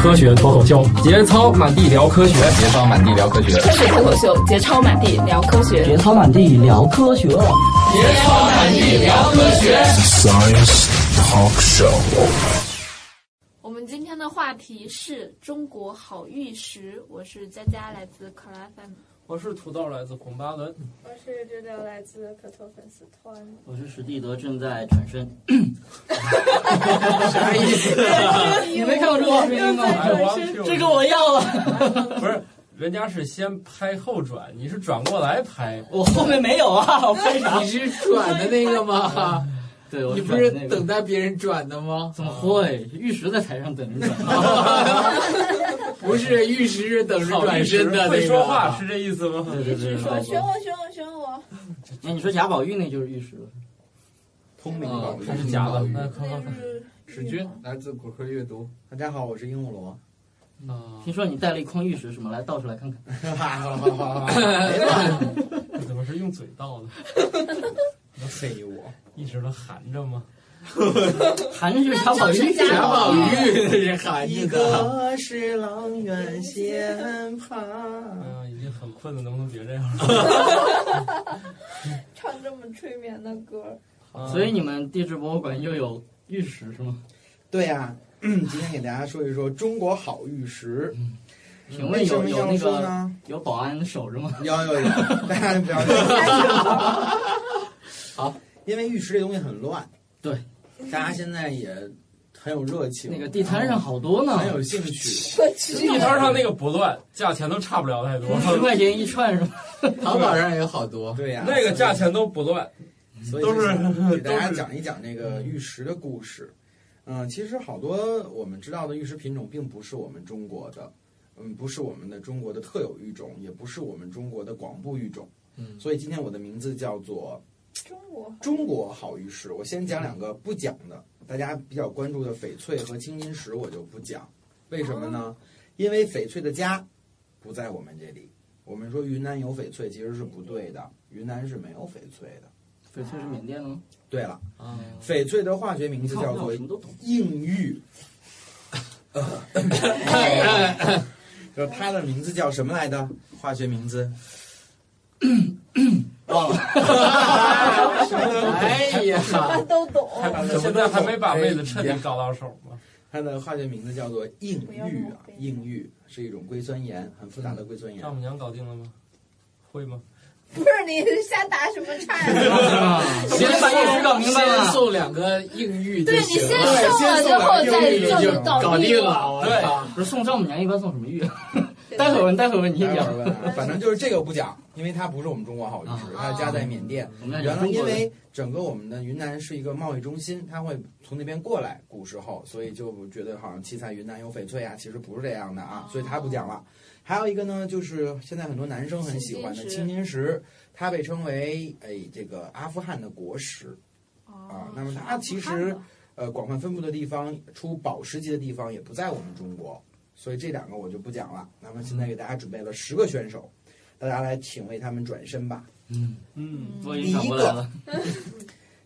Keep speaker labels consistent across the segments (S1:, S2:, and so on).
S1: 科学脱口秀，节操满地聊科学，
S2: 节操满地聊科学，
S3: 科学脱口秀，节操满地聊科学，
S4: 节操满地聊科学，节
S5: 操满地聊科学。
S6: Science Talk Show。
S7: 我们今天的话题是中国好玉石，我是佳佳，来自克拉范。
S1: 我是土豆，来自红巴伦。
S8: 我是知了，来自可托粉丝团。
S9: 我是史蒂德，正在 转身。
S1: 啥意思、
S9: 啊？你没看过这个视频吗？这个我要了。
S1: 不是，人家是先拍后转，你是转过来拍。
S9: 我后面没有啊，我拍啥？
S10: 你是转的那个吗？
S9: 对，我
S10: 你不是等待别人转的吗？
S9: 怎么会？玉石在台上等着转。
S10: 不是玉石是等着转身的，
S1: 会说话是这意思吗？
S9: 玉石
S8: 说选我选我选我。
S9: 哎，你说贾宝玉那就是玉石了，
S2: 通灵宝玉
S1: 还哦是假的？
S8: 那
S10: 史军来自果壳阅读，
S11: 大家好，我是鹦鹉螺。
S9: 啊，听说你带了一筐玉石，什么来倒出来看看？
S10: 哈
S1: 哈哈！哎怎么是用嘴倒的？哎
S11: 非我
S1: 一直都含着吗？
S9: 含着就是贾宝玉，
S10: 贾
S9: 啊
S10: 宝玉是含着的。一
S11: 个是阆苑仙葩。哎
S1: 呀，啊已经很困了，能不能别这样
S8: 了？唱这么催眠的歌。
S9: 所以你们地质博物馆又有玉石是吗？
S11: 对呀、啊， 今天给大家说一说中国好玉石。
S9: 嗯评论有有那个 有保安守着吗？
S11: 有有有，大家不要。
S9: 好，
S11: 因为玉石这东西很乱，
S9: 对，
S11: 大家现在也很有热情。
S9: 那个地摊上好多呢，
S11: 很有兴趣。
S1: 地摊上那个不乱，价钱都差不了太多，
S9: 十块钱一串是 吧？
S10: 淘宝上也有好多，
S11: 对呀，
S1: 那个价钱都不乱，
S11: 所以
S1: 都是
S11: 给大家讲一讲这个玉石的故事。嗯，其实好多我们知道的玉石品种并不是我们中国的。嗯，不是我们的中国的特有育种，也不是我们中国的广布育种。嗯，所以今天我的名字叫做
S8: 中国
S11: 中国好玉石。我先讲两个不讲的，大家比较关注的翡翠和青金石，我就不讲。为什么
S1: 啊
S11: 呢？因为翡翠的家不在我们这里。我们说云南有翡翠其实是不对的，云南是没有翡翠的。
S9: 翡翠是缅甸的吗？
S11: 对了，嗯、翡翠的化学名字叫做 硬玉。就是它的名字叫什么来的？化学名字
S9: 忘了。
S10: 哎呀，
S8: 他都懂。
S1: 现在还没把妹子彻底搞到手吗？
S11: 它的化学名字叫做硬玉啊，硬玉是一种硅酸盐，很复杂的硅酸盐。
S1: 丈母娘搞定了吗？会吗？
S8: 不是，你瞎打什么岔？
S9: 先把玉石搞明白了，
S10: 先送两个硬玉
S7: 对你先送了之后再就
S10: 搞定了。
S9: 对，不是送丈母娘一般送什么玉？ 待会儿问，待会儿问你讲。
S11: 反正就是这个不讲，因为它不是我们中国好玉石，它家在缅甸。
S9: 原
S11: 来因为整个我们的云南是一个贸易中心，它会从那边过来。古时候，所以就觉得好像七彩云南有翡翠啊，其实不是这样的啊，所以它不讲了。还有一个呢，就是现在很多男生很喜欢的青金石，它被称为哎这个阿富汗的国石，啊，那么它其实呃广泛分布的地方，出宝石级的地方也不在我们中国，所以这两个我就不讲了。那么现在给大家准备了十个选手，大家来请为他们转身吧。
S9: 嗯嗯，
S11: 第一个，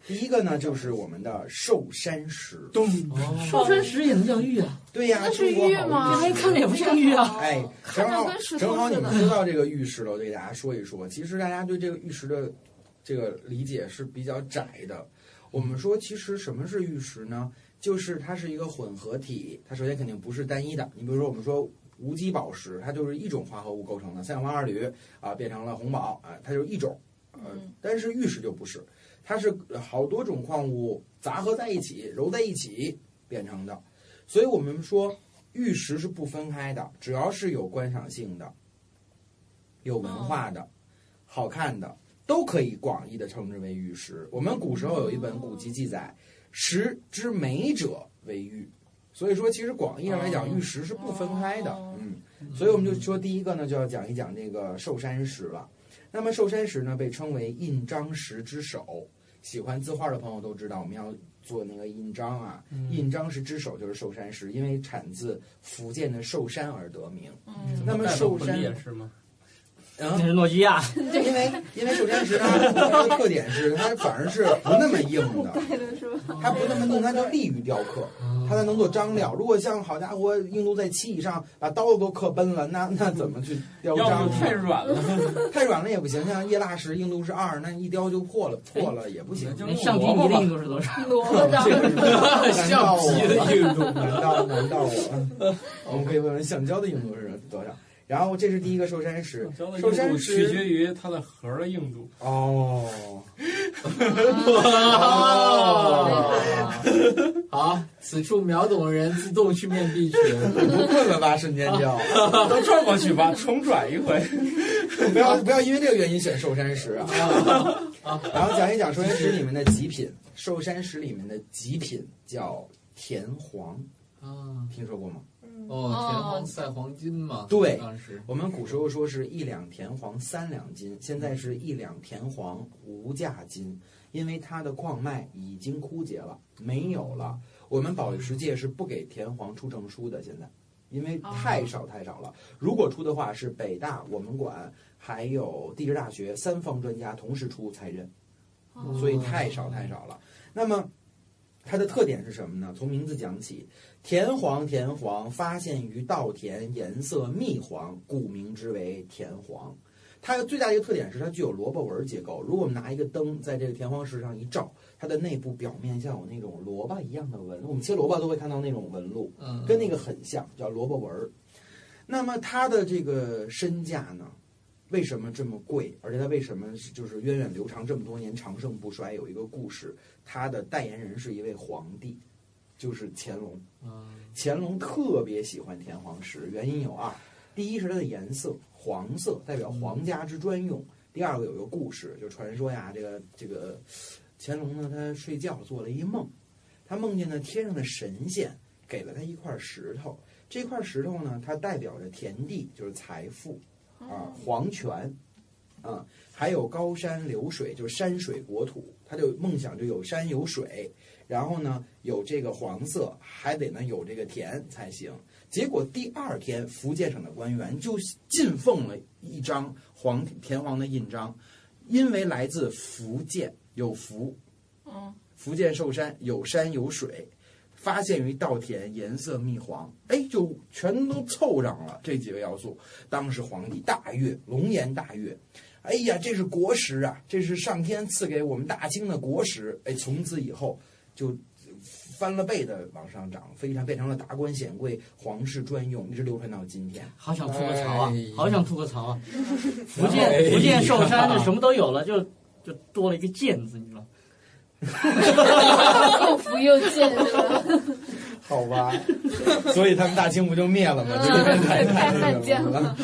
S11: 第一个呢就是我们的寿山石，
S1: 哦
S9: 寿山石也能叫玉啊。
S11: 对呀，
S7: 那是玉吗？
S9: 这看着也不像玉
S7: 嗯
S9: 啊！
S11: 哎，正好正好你们说到这个玉石了，我就给大家说一说。其实大家对这个玉石的这个理解是比较窄的。我们说，其实什么是玉石呢？就是它是一个混合体，它首先肯定不是单一的。你比如说，我们说无机宝石，它就是一种化合物构成的，三氧化二铝啊变成了红宝啊，它就是一种。呃，但是玉石就不是，它是好多种矿物杂合在一起、揉在一起变成的。所以我们说，玉石是不分开的，只要是有观赏性的、有文化的、好看的，都可以广义的称之为玉石。我们古时候有一本古籍记载，“石之美者为玉”，所以说其实广义上来讲，玉石是不分开的。嗯，所以我们就说第一个呢，就要讲一讲这个寿山石了。那么寿山石呢，被称为印章石之首。喜欢字画的朋友都知道，我们要。做那个印章啊，
S1: 嗯
S11: 印章石之首就是寿山石，因为产自福建的寿山而得名。
S1: 嗯
S11: 那么寿山
S1: 也是吗？
S9: 嗯，那是诺基亚。
S11: 因为因为寿山石它它的特
S1: 嗯
S11: 点是它反而是不那么硬的，它不那么硬，它就利于雕刻。它才能做张料。如果像好家伙，硬度在七以上，把刀都刻崩了，那那怎么去雕
S1: 要
S11: 章
S1: 不
S11: 呢？
S1: 太软了，
S11: 太软了也不行，像叶蜡石硬度是二，那一雕就破了，破了也不行。
S1: 哎 就
S9: 橡皮泥的硬度是多少？
S7: 萝卜 章，
S11: 难道
S10: 橡
S11: 我
S10: 皮的硬度，
S11: 难道难道我？ 我们可以问问橡胶的硬度是多少？然后这是第一个寿山石，
S1: 胶的
S11: 寿
S1: 硬
S11: 山
S1: 度取
S11: 石
S1: 决于它的核的硬度。
S11: 哦，
S9: 哦
S10: 好，此处秒懂人自动去面壁去。
S11: 不困了吧？瞬间就。
S1: 都转过去吧，重转一回。
S11: 不要不要因为这个原因选寿山石 啊！然后讲一讲寿山石里面的极品，寿山石里面的极品叫田黄，
S10: 啊，
S11: 听说过吗？
S8: 嗯
S7: 嗯
S10: 哦，田黄赛黄金嘛，
S11: 对
S10: 当时
S11: 我们古时候说是一两田黄三两金，现在是一两田黄无价金，因为它的矿脉已经枯竭了，没有了。我们保育世界是不给田黄出证书的，现在，因为太少太少了。如果出的话，是北大我们馆还有地质大学三方专家同时出才认。所以太少太少了。那么它的特点是什么呢？从名字讲起，田黄田黄发现于稻田，颜色蜜黄，故名之为田黄。它最大的一个特点是它具有萝卜纹结构。如果我们拿一个灯在这个田黄石上一照，它的内部表面像有那种萝卜一样的纹，我们切萝卜都会看到那种纹路。
S10: 嗯，
S11: 跟那个很像，叫萝卜纹儿。那么它的这个身价呢，为什么这么贵？而且它为什么是就是源远流长这么多年长盛不衰？有一个故事，它的代言人是一位皇帝，就是乾隆。
S10: 嗯
S11: 乾隆特别喜欢田黄石，原因有二：第一是它的颜色黄色，代表皇家之专用；第二个有一个故事，就传说呀，这个这个乾隆呢，他睡觉做了一梦，他梦见呢天上的神仙给了他一块石头，这块石头呢，它代表着田地，就是财富啊，
S7: 嗯
S11: 皇权。啊，还有高山流水，就是山水国土，他就梦想就有山有水，然后呢有这个黄色，还得呢有这个田才行。结果第二天，福建省的官员就进奉了一张黄田黄的印章，因为来自福建，有福，
S7: 嗯，
S11: 福建寿山有山有水，发现于稻田，颜色蜜黄，哎，就全都凑上了这几个要素。当时皇帝大悦，龙颜大悦。哎呀，这是国石啊！这是上天赐给我们大清的国石。哎，从此以后就翻了倍的往上涨，非常变成了达官显贵、皇室专用，一直流传到今天。
S9: 好想吐个槽啊
S10: 哎！
S9: 好想吐个槽啊！福
S1: 哎
S9: 建福建寿山 这什么都有了，就就多了一个“贱”字，你知道吗？
S7: 又福又贱是吧？
S11: 好吧，所以他们大清不就灭了吗？就变
S7: 太
S11: 成
S7: 太犯贱 了。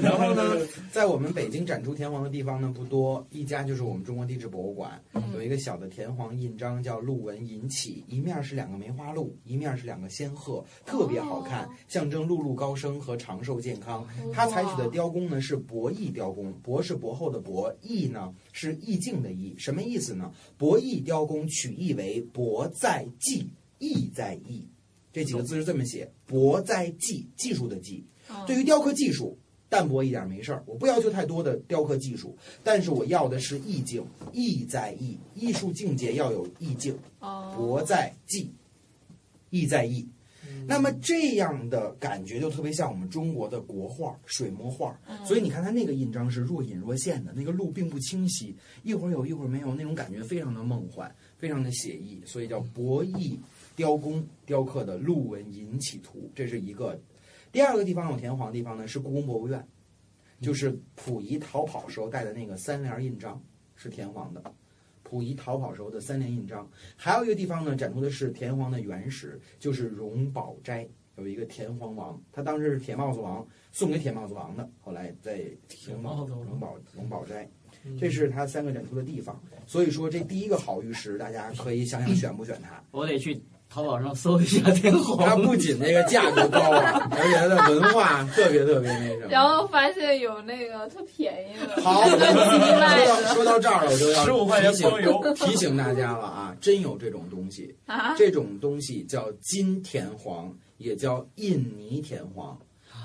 S11: 然后呢，在我们北京展出田黄的地方呢不多，一家就是我们中国地质博物馆，
S7: 嗯
S11: 有一个小的田黄印章叫鹿纹银起，一面是两个梅花鹿，一面是两个仙鹤，特别好看，
S7: 哦
S11: 象征陆路高升和长寿健康。它采取的雕工呢是博弈雕工，博是博后的博，弈呢是意境的意，什么意思呢？博弈雕工取意为博在技，意在艺，这几个字是这么写：博在技，技术的技。对于雕刻技术，淡薄一点没事儿，我不要求太多的雕刻技术，但是我要的是意境，意在意，艺术境界要有意境，博
S7: 哦，
S11: 在技，意在意。那么这样的感觉就特别像我们中国的国画水墨画，
S3: 嗯
S11: 所以你看它那个印章是若隐若现的，那个路并不清晰，一会儿有一会儿没有，那种感觉非常的梦幻，非常的写意，所以叫博弈雕工雕刻的鹿纹引起图，这是一个。第二个地方有田黄的地方呢是故宫博物院，就是溥仪逃跑时候带的那个三联印章是田黄的，溥仪逃跑时候的三联印章。还有一个地方呢，展出的是田黄的原石，就是荣宝斋有一个田黄王，他当时是铁帽子王送给铁帽子王的，后来在荣宝荣宝荣宝斋，
S1: 嗯
S11: 这是他三个展出的地方。所以说，这第一个好玉石，大家可以想想选不 选它。
S9: 我得去淘宝上搜一下天
S11: 它
S9: 皇。
S11: 不仅那个价格高啊，而且它的文化特别特别那什么。
S7: 然后发现有那个特便宜的，
S11: 好，说
S7: 卖
S11: 到
S7: 的
S11: 说到这儿了，我就要
S1: 15块钱
S11: 提醒
S1: 包邮
S11: 提醒大家了啊！真有这种东西，
S7: 啊
S11: 这种东西叫金田黄，也叫印尼田黄。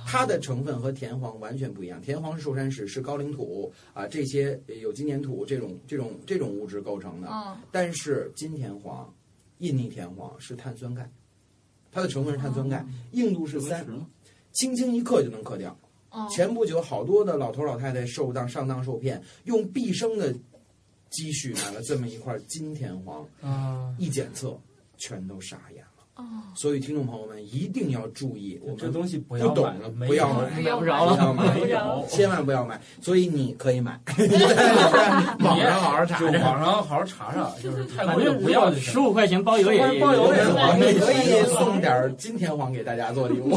S11: 它的成分和田黄完全不一样，田黄是寿山石，是高岭土啊，这些呃有金粘土这种这种这种物
S3: 啊
S11: 质构成的。
S7: 嗯，
S11: 但是金田黄、印尼田黄是碳酸钙，它的成分是碳酸钙，硬度是三，轻轻一克就能克掉。
S3: 啊
S11: 前不久，好多的老头老太太受当上当受骗，用毕生的积蓄买了这么一块金田黄，
S1: 啊，
S11: 一检测全都傻眼了。
S7: 哦，
S11: 所以，听众朋友们一定要注意，我
S1: 这
S11: 们
S1: 东西不
S11: 不
S1: 要
S11: 懂
S1: 买
S11: 了，
S1: 没
S11: 不要
S1: 有
S11: 买，
S9: 买不
S11: 不
S9: 着
S11: 要
S9: 了，
S11: 买，
S1: 没有
S11: 千万不要买。所以你可以买，网上好好查
S1: 就
S11: 查。
S1: 网上好好查查，就是太
S9: 反
S1: 贵的
S9: 正
S1: 不要就
S9: 十
S1: 行。
S9: 五块钱包邮也
S1: 15包邮也
S11: 我
S1: 行
S11: 们可以送点儿金田黄给大家做礼物。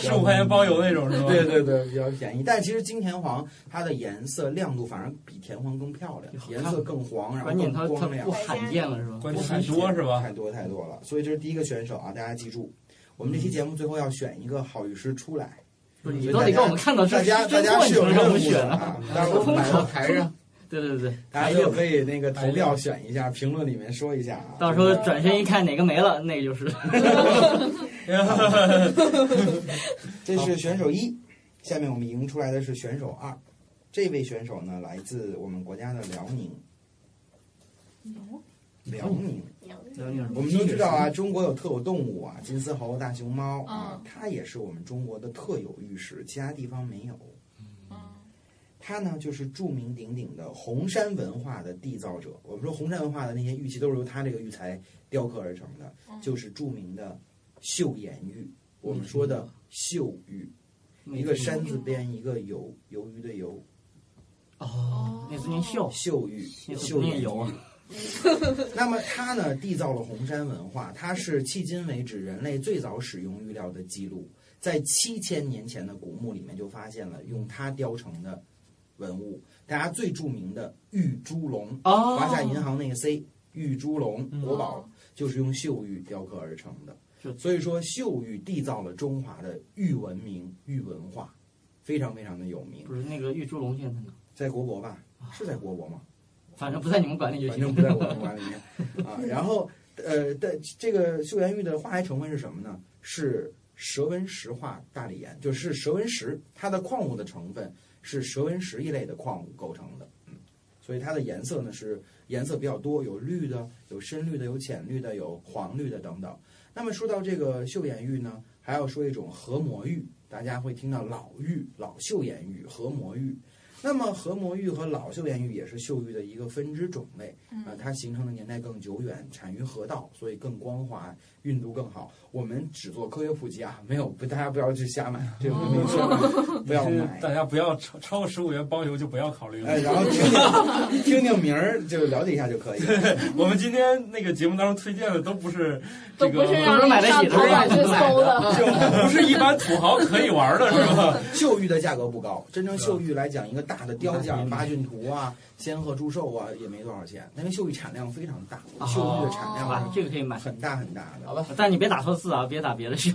S1: 十五块钱包邮那种是吧？
S11: 对对对，比较便宜。但其实金田黄它的颜色亮度反而比田黄更漂亮，颜色更黄，然后
S9: 关键
S11: 更
S9: 它它
S11: 光亮
S9: 不。罕见了是吧？
S1: 关键太多是吧？
S11: 太多太多了，所以这是第一个选手啊，大家记住，我们这期节目最后要选一个好律师出来，
S9: 不是你都得给我们看到
S11: 大
S9: 啊这
S11: 家大
S9: 真
S11: 家
S9: 货，你
S11: 是有
S9: 能让我
S11: 任
S9: 们
S11: 务
S9: 选
S11: 的
S9: 啊？
S11: 啊，待会儿我们买到台上，
S9: 对对对，
S11: 大家就可以那个投票选一下，评论里面说一下啊。
S9: 到时候转身一看哪个没了，那个就是。
S11: 这是选手一，下面我们迎出来的是选手二，这位选手呢来自我们国家的辽宁，辽宁。我们都知道啊，中国有特有动物啊，金丝猴、大熊猫啊
S7: 嗯，
S11: 它也是我们中国的特有玉石，其他地方没有。它呢，就是著名鼎鼎的红山文化的缔造者。我们说红山文化的那些玉器都是由它这个玉材雕刻而成的，就是著名的岫岩玉，我们说的岫玉，一个山字边一个游，鱿鱼的游，
S9: 哦，那是念秀，
S11: 岫玉，
S9: 那是
S11: 岫
S9: 不念
S11: 岩
S9: 油
S11: 玉
S9: 啊。？
S11: 那么它呢，缔造了红山文化，它是迄今为止人类最早使用玉料的记录，在七千年前的古墓里面就发现了用它雕成的文物。大家最著名的玉猪龙，
S9: 哦，
S11: 华夏银行那个 C 玉猪龙
S1: 嗯
S11: 国宝就是用岫玉雕刻而成的。
S9: 是
S11: 所以说，岫玉缔造了中华的玉文明、玉文化，非常非常的有名，
S9: 不是那个玉猪龙现在呢，
S11: 在国博吧？是在国博吗？
S9: 反正不在你们管理就
S11: 反
S9: 行
S11: 正。不在我们管里面啊。然后呃，但这个岫岩玉的化学成分是什么呢？是蛇纹石化大理岩，就是蛇纹石，它的矿物的成分是蛇纹石一类的矿物构成的。嗯，所以它的颜色呢是颜色比较多，有绿的，有深绿的，有浅绿的，有黄绿的等等。那么说到这个岫岩玉呢，还要说一种河磨玉，大家会听到老玉、老岫岩玉、河磨玉。那么河磨玉和老岫岩玉也是岫玉的一个分支种类。啊，它形成的年代更久远，产于河道，所以更光滑，运度更好。我们只做科学普及啊，没有不，大家不要去瞎买，这个我跟你 说了，不要
S1: 是
S11: 买。
S1: 大家不要超超过十五元包邮就不要考虑了
S11: 哎，。然后听听听听名儿就了解一下就可以了。
S1: 我们今天那个节目当中推荐的都不是
S3: 都
S1: 这
S3: 不
S1: 个，
S3: 是让你上淘宝去搜的。
S1: 就不是一般土豪可以玩的，是 吧？
S11: 岫玉的价格不高，真正岫玉来讲，一个大的雕件、八骏图啊、仙鹤祝寿啊，也没多少钱。但是岫玉产量非常大，
S9: 哦
S11: 岫玉的产
S9: 好吧
S11: 量，
S9: 这个可以买。
S11: 很大很大的。
S10: 好吧，
S9: 但你别打错字啊，别打别的秀，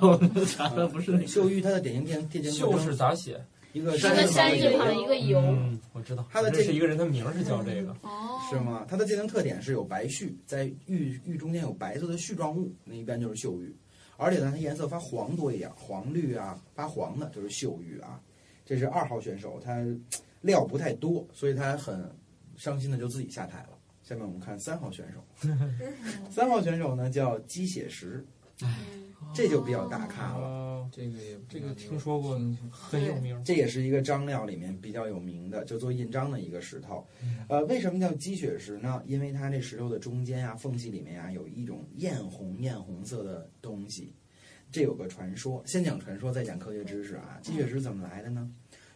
S9: 打的不是那个。
S11: 岫玉它的典型电电竞
S1: 秀
S11: 特
S1: 是
S11: 征，
S1: 咋写？
S11: 一个
S10: 是个
S11: 山
S3: 山
S11: 字
S3: 字
S11: 旁
S3: 旁一个油，
S1: 嗯，我知道，
S11: 它的
S1: 我认
S11: 这
S1: 识一个人，他名儿是叫这个。
S9: 嗯
S7: 哦，
S11: 是吗？它的鉴定特点是有白絮，在玉玉中间有白色的絮状物，那一般就是岫玉。而且呢，它颜色发黄多一点，黄绿啊，发黄的就是岫玉啊。这是二号选手，他料不太多，所以他很伤心的就自己下台了。下面我们看三号选手，三号选手呢叫鸡血石，这就比较大咖了。
S9: 哦
S1: 啊，
S10: 这个也
S1: 这个听说过，
S11: 啊
S1: 很有名。
S11: 这也是一个章料里面比较有名的，就做印章的一个石头。呃，为什么叫鸡血石呢？因为它这石头的中间啊、缝隙里面啊，有一种艳红、艳红色的东西。这有个传说，先讲传说，再讲科学知识啊。鸡血石怎么来的呢？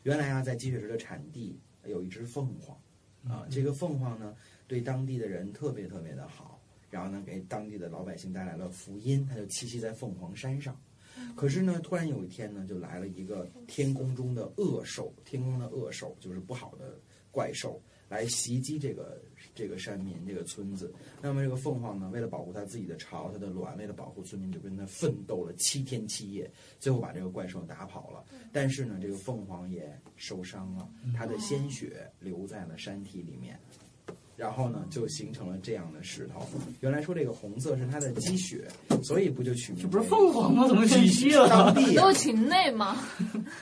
S11: 原来啊，在鸡血石的产地有一只凤凰
S1: 哦嗯
S11: 啊，这个凤凰呢，对当地的人特别特别的好，然后呢，给当地的老百姓带来了福音，它就栖息在凤凰山上。可是呢，突然有一天呢，就来了一个天宫中的恶兽，天宫的恶兽就是不好的怪兽，来袭击这个这个山民这个村子。那么这个凤凰呢，为了保护它自己的巢、它的卵，为了保护村民，就跟它奋斗了七天七夜，最后把这个怪兽打跑了。但是呢，这个凤凰也受伤了，它的鲜血留在了山体里面。然后呢，就形成了这样的石头。原来说这个红色是它的积雪，所以不就取名
S9: 这不是
S11: 为
S9: 凤凰吗？怎么起息了？
S11: 当地啊
S7: 都是禽类吗？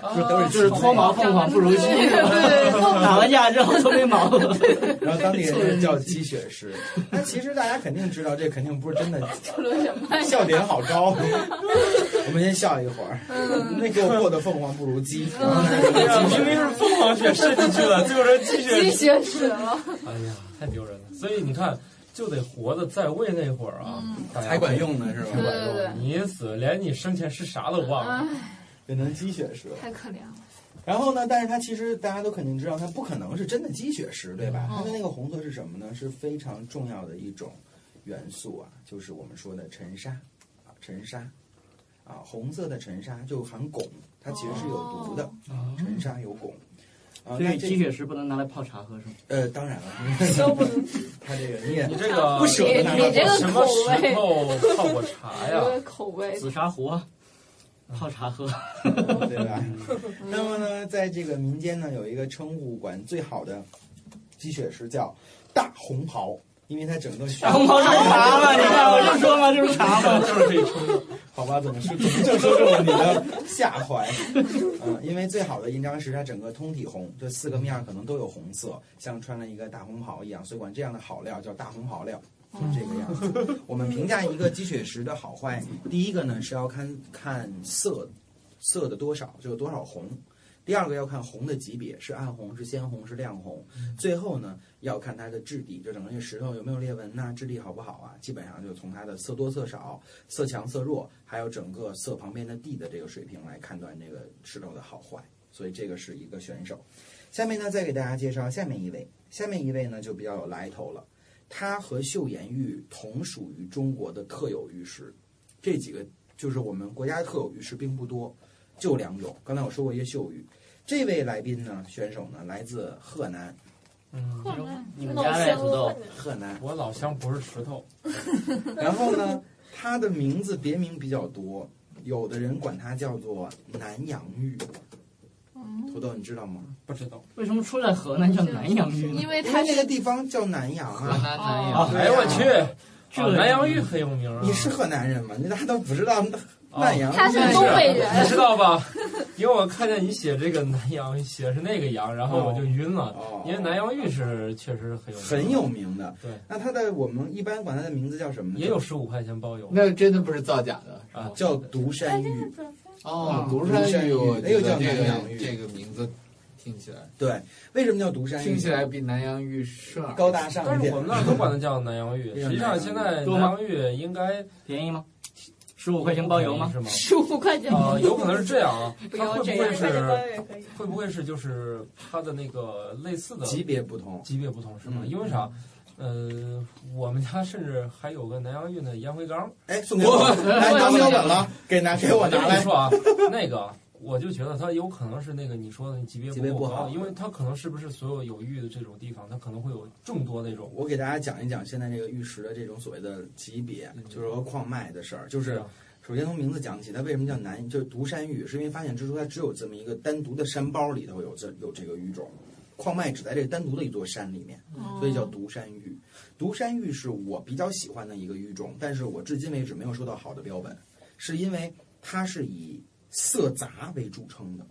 S11: 都是
S9: 就是脱毛凤凰不如鸡，打完架之后都没毛了。
S11: 然后当地人叫鸡血师。 那其实大家肯定知道，这肯定不是真的。 笑点好高。我们先笑一会儿。那给我过的凤凰不如鸡。
S1: 哎明明是凤凰血伸进去了，最后是鸡血。
S3: 鸡血死了。
S1: 哎呀，太丢人了。所以你看。就得活的在位那会儿啊，
S11: 才管用呢，是吧？
S1: 才管用，你死连你生前是啥都忘
S3: 啊
S1: 了，
S11: 也能鸡血师，
S7: 太可怜了。
S11: 然后呢，但是它其实大家都肯定知道，它不可能是真的鸡血石，对吧？它的那个红色是什么呢？是非常重要的一种元素啊，就是我们说的尘沙啊，尘沙啊，红色的尘沙就含汞，它其实是有毒的，啊，尘沙有汞。啊
S9: 所以鸡血石不能拿来泡茶喝是吗？
S11: 呃，当然了， 他这个你也
S1: 你这个
S11: 不舍得
S3: 你你这个
S1: 什么
S3: 口
S1: 时
S3: 味，
S1: 候泡过茶呀？
S3: 这个口味，
S9: 紫砂壶啊，泡茶喝。
S11: 对吧？那么呢，在这个民间呢，有一个称呼管最好的鸡血石叫大红袍，因为它整个
S9: 大红袍是茶嘛？你看我就说嘛，就是茶嘛。
S1: 嗯就是这称呼。
S11: 好吧，怎么说怎么就说中了你的下怀？嗯，因为最好的银章石它整个通体红，这四个面儿可能都有红色，像穿了一个大红袍一样，所以管这样的好料叫大红袍料。就这个样子。我们评价一个鸡血石的好坏，第一个呢是要看看色色的多少，就有多少红；第二个要看红的级别，是暗红、是鲜红、是亮红；最后呢要看它的质地，就整个这石头有没有裂纹呐、质地好不好啊？基本上就从它的色多色少、色强色弱，还有整个色旁边的地的这个水平来判断这个石头的好坏。所以这个是一个选手。下面呢，再给大家介绍下面一位，下面一位呢就比较有来头了。它和岫岩玉同属于中国的特有玉石，这几个就是我们国家特有玉石并不多，就两种。刚才我说过一个岫玉，这位来宾呢，选手呢来自河南，
S1: 嗯，
S9: 你们家的土豆，
S11: 河南。
S1: 我老乡不是石头，
S11: 然后呢，他的名字别名比较多，有的人管它叫做南洋玉。
S3: 嗯
S11: 土豆，你知道吗？
S1: 不知道。
S9: 为什么出在河南叫南洋玉呢？
S7: 因
S3: 哎
S7: 为
S11: 因
S7: 它
S11: 为那
S7: 是
S11: 个地方叫南洋
S10: 河
S11: 啊。
S10: 南南
S9: 哦
S10: 阳，
S1: 哎我去，啊
S9: 这
S1: 南洋玉很有名啊。
S11: 你是河南人吗？你大家都不知道
S1: 哦
S11: 南阳。
S7: 它是东北
S1: 你
S7: 人，
S1: 知道吧？因为我看见你写这个南洋，写的是那个洋，然后我就晕了。
S11: 哦，
S1: 因为南洋玉是确实很有名
S11: 很有名的。
S1: 对，
S11: 那它的我们一般管它的名字叫什么呢？
S1: 也有十五块钱包邮
S10: 那真的不是造假的
S1: 啊，
S11: 叫独山玉。
S10: 哦
S11: 嗯
S10: 独山玉，我觉
S11: 那个叫
S10: 得这
S11: 南洋玉
S10: 个这个名字听起
S3: 哎
S10: 来
S11: 对，为什么叫独山玉？
S10: 听起来比南洋玉顺耳
S11: 高大上
S1: 但
S11: 一哎
S1: 是
S11: 点。
S1: 我们那儿都管它叫南洋玉。实际上现在南洋玉应该
S9: 便宜吗？十五块钱包邮吗？
S1: 是吗？
S3: 十五块钱。
S10: 哦
S1: 啊，有可能是这样啊。它会不会
S8: 这
S1: 是
S8: 也可以。
S1: 会不会是就是它的那个类似的
S11: 级别不同，
S1: 级别不同是吗？
S11: 嗯
S1: 因为啥？呃，我们家甚至还有个南洋玉的烟灰缸。
S11: 哎，送给我，来当标本了，给拿给我
S1: 我就
S11: 拿
S1: 跟你
S11: 来。
S1: 说啊，那个我就觉得它有可能是那个你说的级别
S11: 级别
S1: 不
S11: 不
S1: 够高，
S11: 好
S1: 因为它可能是不是所有有玉的这种地方，它可能会有众多那种。
S11: 我给大家讲一讲现在这个玉石的这种所谓的级别，就是和矿脉的事儿。就是
S1: 啊
S11: 首先从名字讲起，它为什么叫南，就是独山玉，是因为发现之初它只有这么一个单独的山包里头有这有这个玉种，矿脉只在这单独的一座山里面。所以叫独山玉。独山玉是我比较喜欢的一个玉种，但是我至今为止没有收到好的标本，是因为它是以色杂为著称的。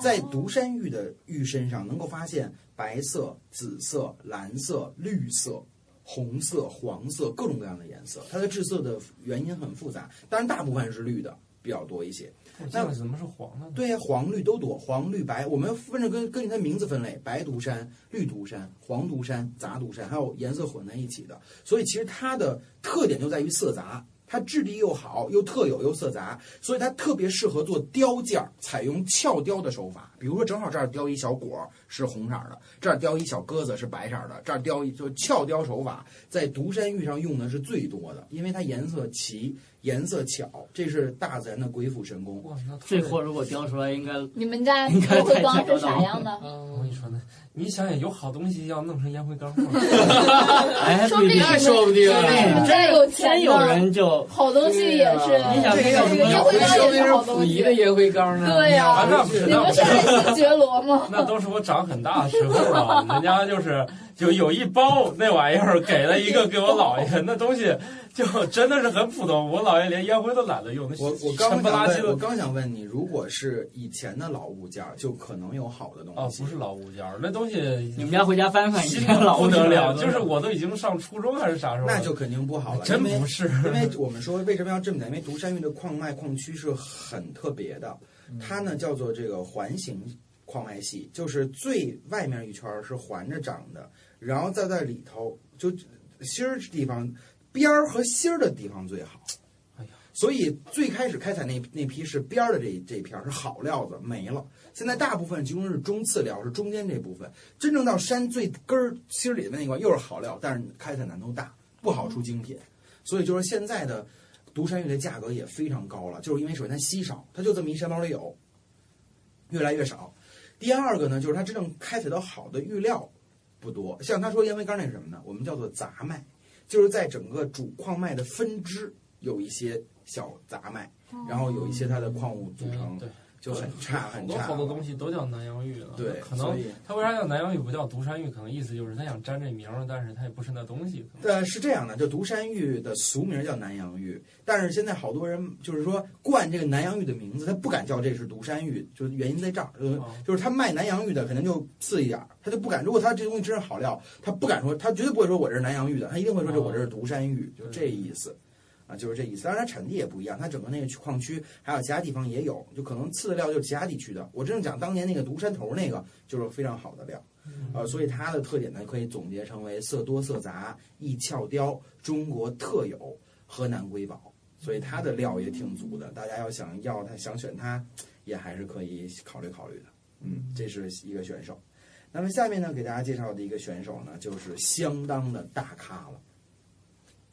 S11: 在独山玉的玉身上，能够发现白色、紫色、蓝色、绿色、红色、黄色各种各样的颜色。它的制色的原因很复杂，当然大部分是绿的比较多一些。
S1: 我见了怎么是黄的呢？
S11: 对呀、黄绿都多，黄绿白，我们分着根根据它名字分类，白独山、绿独山、黄独山、杂独山，还有颜色混在一起的。所以其实它的特点就在于色杂，它质地又好，又特有又色杂，所以它特别适合做雕件儿，采用翘雕的手法。比如说，正好这儿雕一小果儿是红色儿的，这儿雕一小鸽子是白色儿的，这儿雕一就翘雕手法在独山玉上用的是最多的，因为它颜色齐，颜色巧，这是大自然的鬼斧神工。
S1: 哇，那
S9: 这
S1: 货！
S9: 货如果雕出来，应该
S3: 你们家烟灰缸是啥样的？
S11: 嗯
S1: 我跟你说呢，你想想有好东西要弄成烟灰缸吗？
S9: 哎，
S3: 说不定
S10: 那说不定啊
S3: 你们家有钱
S9: 真有
S3: 的，
S9: 人就
S3: 好东西也是。
S9: 你想
S11: 这个要
S9: 什
S11: 是
S9: 么
S3: 烟灰
S10: 说不
S3: 缸也
S10: 定
S3: 是
S10: 是
S3: 好
S10: 溥
S3: 东
S10: 仪
S3: 西。
S10: 的烟灰缸呢。
S3: 对呀、
S1: 啊，那不是
S3: 你
S1: 那
S3: 们
S1: 不
S3: 是
S1: 是，
S3: 爱新觉罗吗？
S1: 那都是我长很大的时候了，人家就是有有一包那玩意儿给了一个给我姥爷，那东西就真的是很普通，我姥爷连烟灰都懒得用。那
S11: 我我
S1: 沉
S11: 刚
S1: 不拉
S11: 想
S1: 几
S11: 问，
S1: 的
S11: 我刚想问你，如果是以前的老物件儿，就可能有好的东
S1: 哦，
S11: 西。
S1: 不是老物件儿，那东西
S9: 你们家回家翻翻，
S1: 新
S9: 你
S1: 的
S9: 家老
S1: 不得了，
S9: 屋
S1: 就是我都已经上初中还是啥时候了，
S11: 那就肯定不好了，
S1: 哎真
S11: 因为
S1: 不是
S11: 因为我们说为什么要这么讲？因为独山玉的矿脉矿区是很特别的，
S1: 嗯
S11: 它呢叫做这个环形矿脉系，就是最外面一圈儿是环着长的，然后再在里头就芯儿地方边儿和芯儿的地方最好。
S1: 哎呀，
S11: 所以最开始开采那那批是边儿的这这片儿是好料子没了，现在大部分集中是中次料，是中间这部分。真正到山最根儿芯儿里的那块又是好料，但是开采难度大，不好出精品。所以就是现在的独山玉的价格也非常高了，就是因为首先它稀少，它就这么一山包里有，越来越少。第二个呢，就是它真正开采到好的玉料不多，像他说烟灰缸那是什么呢？我们叫做杂脉，就是在整个主矿脉的分支有一些小杂脉，然后有一些它的矿物组成
S1: 嗯哦对，
S11: 就很差
S1: 好
S11: 很
S1: 多
S11: 差。
S1: 好多东西都叫南洋玉了。
S11: 对，
S1: 可
S11: 所
S1: 能
S11: 以
S1: 它为啥叫南洋玉不叫独山玉？可能意思就是他想沾这名儿，但是他也不是那东西。
S11: 呃，是这样的，就独山玉的俗名叫南洋玉，但是现在好多人就是说冠这个南洋玉的名字，他不敢叫这是独山玉，就是原因在这儿，就是
S1: 哦
S11: 就是他卖南洋玉的可能就次一点儿，他就不敢。如果他这东西真是好料，他不敢说，他绝对不会说我这是南洋玉的，他一定会说这
S1: 哦
S11: 我这是独山玉，就这意思。啊，就是这意思。当然，它产地也不一样，它整个那个矿区还有其他地方也有，就可能次的料就是其他地区的。我真正讲当年那个独山头那个就是非常好的料。
S9: 嗯
S11: 呃，所以它的特点呢，可以总结成为色多色杂、易翘雕、中国特有、河南瑰宝。所以它的料也挺足的，大家要想要它，想选它，也还是可以考虑考虑的。嗯，这是一个选手。那么下面呢，给大家介绍的一个选手呢，就是相当的大咖了。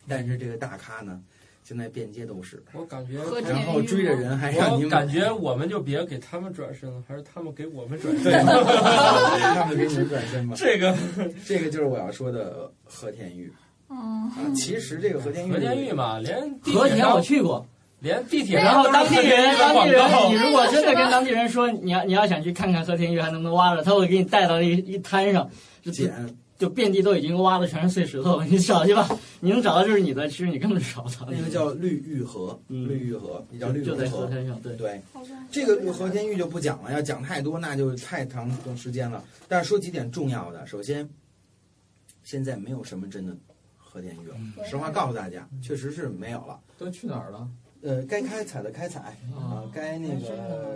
S11: 但是这个大咖呢，现在遍街都是，
S1: 我感觉，
S7: 和田
S11: 然后追着人还让哎你
S1: 我
S11: 买
S1: 感，觉我们就别给他们转身了，还是他们给我们转
S11: 对，
S1: 身。啊
S11: 他们给你转身吧。
S1: 这个
S11: 这个就是我要说的和田玉。
S3: 嗯，
S11: 啊，其实这个和田玉，
S1: 和田玉嘛，连地
S9: 和
S1: 铁
S9: 田我
S1: 上
S9: 去过，
S1: 连地铁
S9: 然
S1: 上
S9: 后
S1: 都
S9: 当
S1: 是
S9: 地
S1: 和田
S9: 人，
S1: 玉的
S9: 当
S1: 广
S9: 地人，
S1: 告
S9: 你。如果真的跟当地人说你要你要想去看看和田玉还能不能挖着，他会给你带到一一滩上，就
S11: 捡
S9: 就遍地都已经挖的全是碎石头了，你找去吧，你能找到就是你的，其实你根本找不到。
S11: 那个叫绿玉河，
S9: 嗯
S11: 绿玉河，也叫绿
S9: 就
S11: 玉
S9: 在河
S11: 河。
S9: 滩上，对，
S11: 对，
S8: 好吧
S11: 这个和田玉就不讲了，要讲太多那就太长时间了。但是说几点重要的，首先，现在没有什么真的和田玉了，实话告诉大家，确实是没有了。
S2: 都去哪儿了？
S11: 呃，该开采的开采啊，该那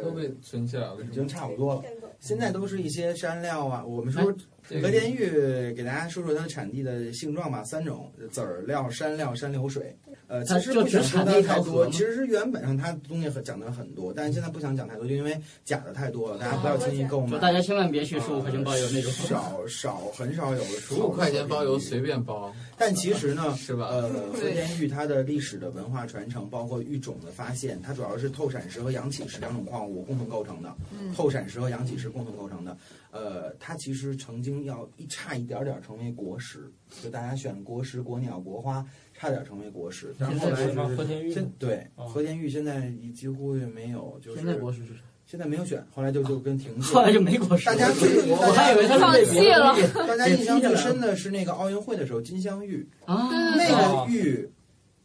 S2: 都
S11: 个
S2: 被存起来了，
S11: 已经差不多了。现在都是一些山料啊，我们说
S2: 这
S11: 和
S2: 个
S11: 田玉给大家说说它的产地的性状吧，三种：籽儿料、山料、山流水。呃，其
S9: 它
S11: 实
S9: 就
S11: 不想
S9: 只
S11: 说
S9: 产
S11: 它
S9: 地
S11: 太
S9: 条
S11: 多，
S9: 河吗
S11: 其实原本上它东西很讲的很多，但是现在不想讲太多，就因为假的太多了，大家
S2: 哦
S11: 不要轻易购买。
S9: 就大家千万别去十五块钱包邮那种。
S11: 少少很少有十
S2: 十五块钱包邮随便包，
S11: 但其实呢，
S2: 是吧？
S11: 呃，和田玉它的历史的文化传承，包括玉种的发现，它主要是透闪石和阳起石两种矿物共同构成的。透闪石和阳起石共同构成的。呃，它其实曾经要一差一点点成为国石，就大家选国石、国鸟、国花，差点成为国石。但是后来
S1: 什么
S11: 是
S1: 和田玉
S11: 现对
S1: 哦
S11: 和田玉现在已几乎也没有，就是
S9: 现在博士是
S11: 现在没有选，后来就就跟停
S9: 后来
S11: 滞。
S9: 就没果实
S11: 大
S9: 了。
S11: 家最
S9: 我还以为他是被别的东西
S11: 大家印象最深的是那个奥运会的时候，金镶玉
S9: 啊，
S11: 那个玉，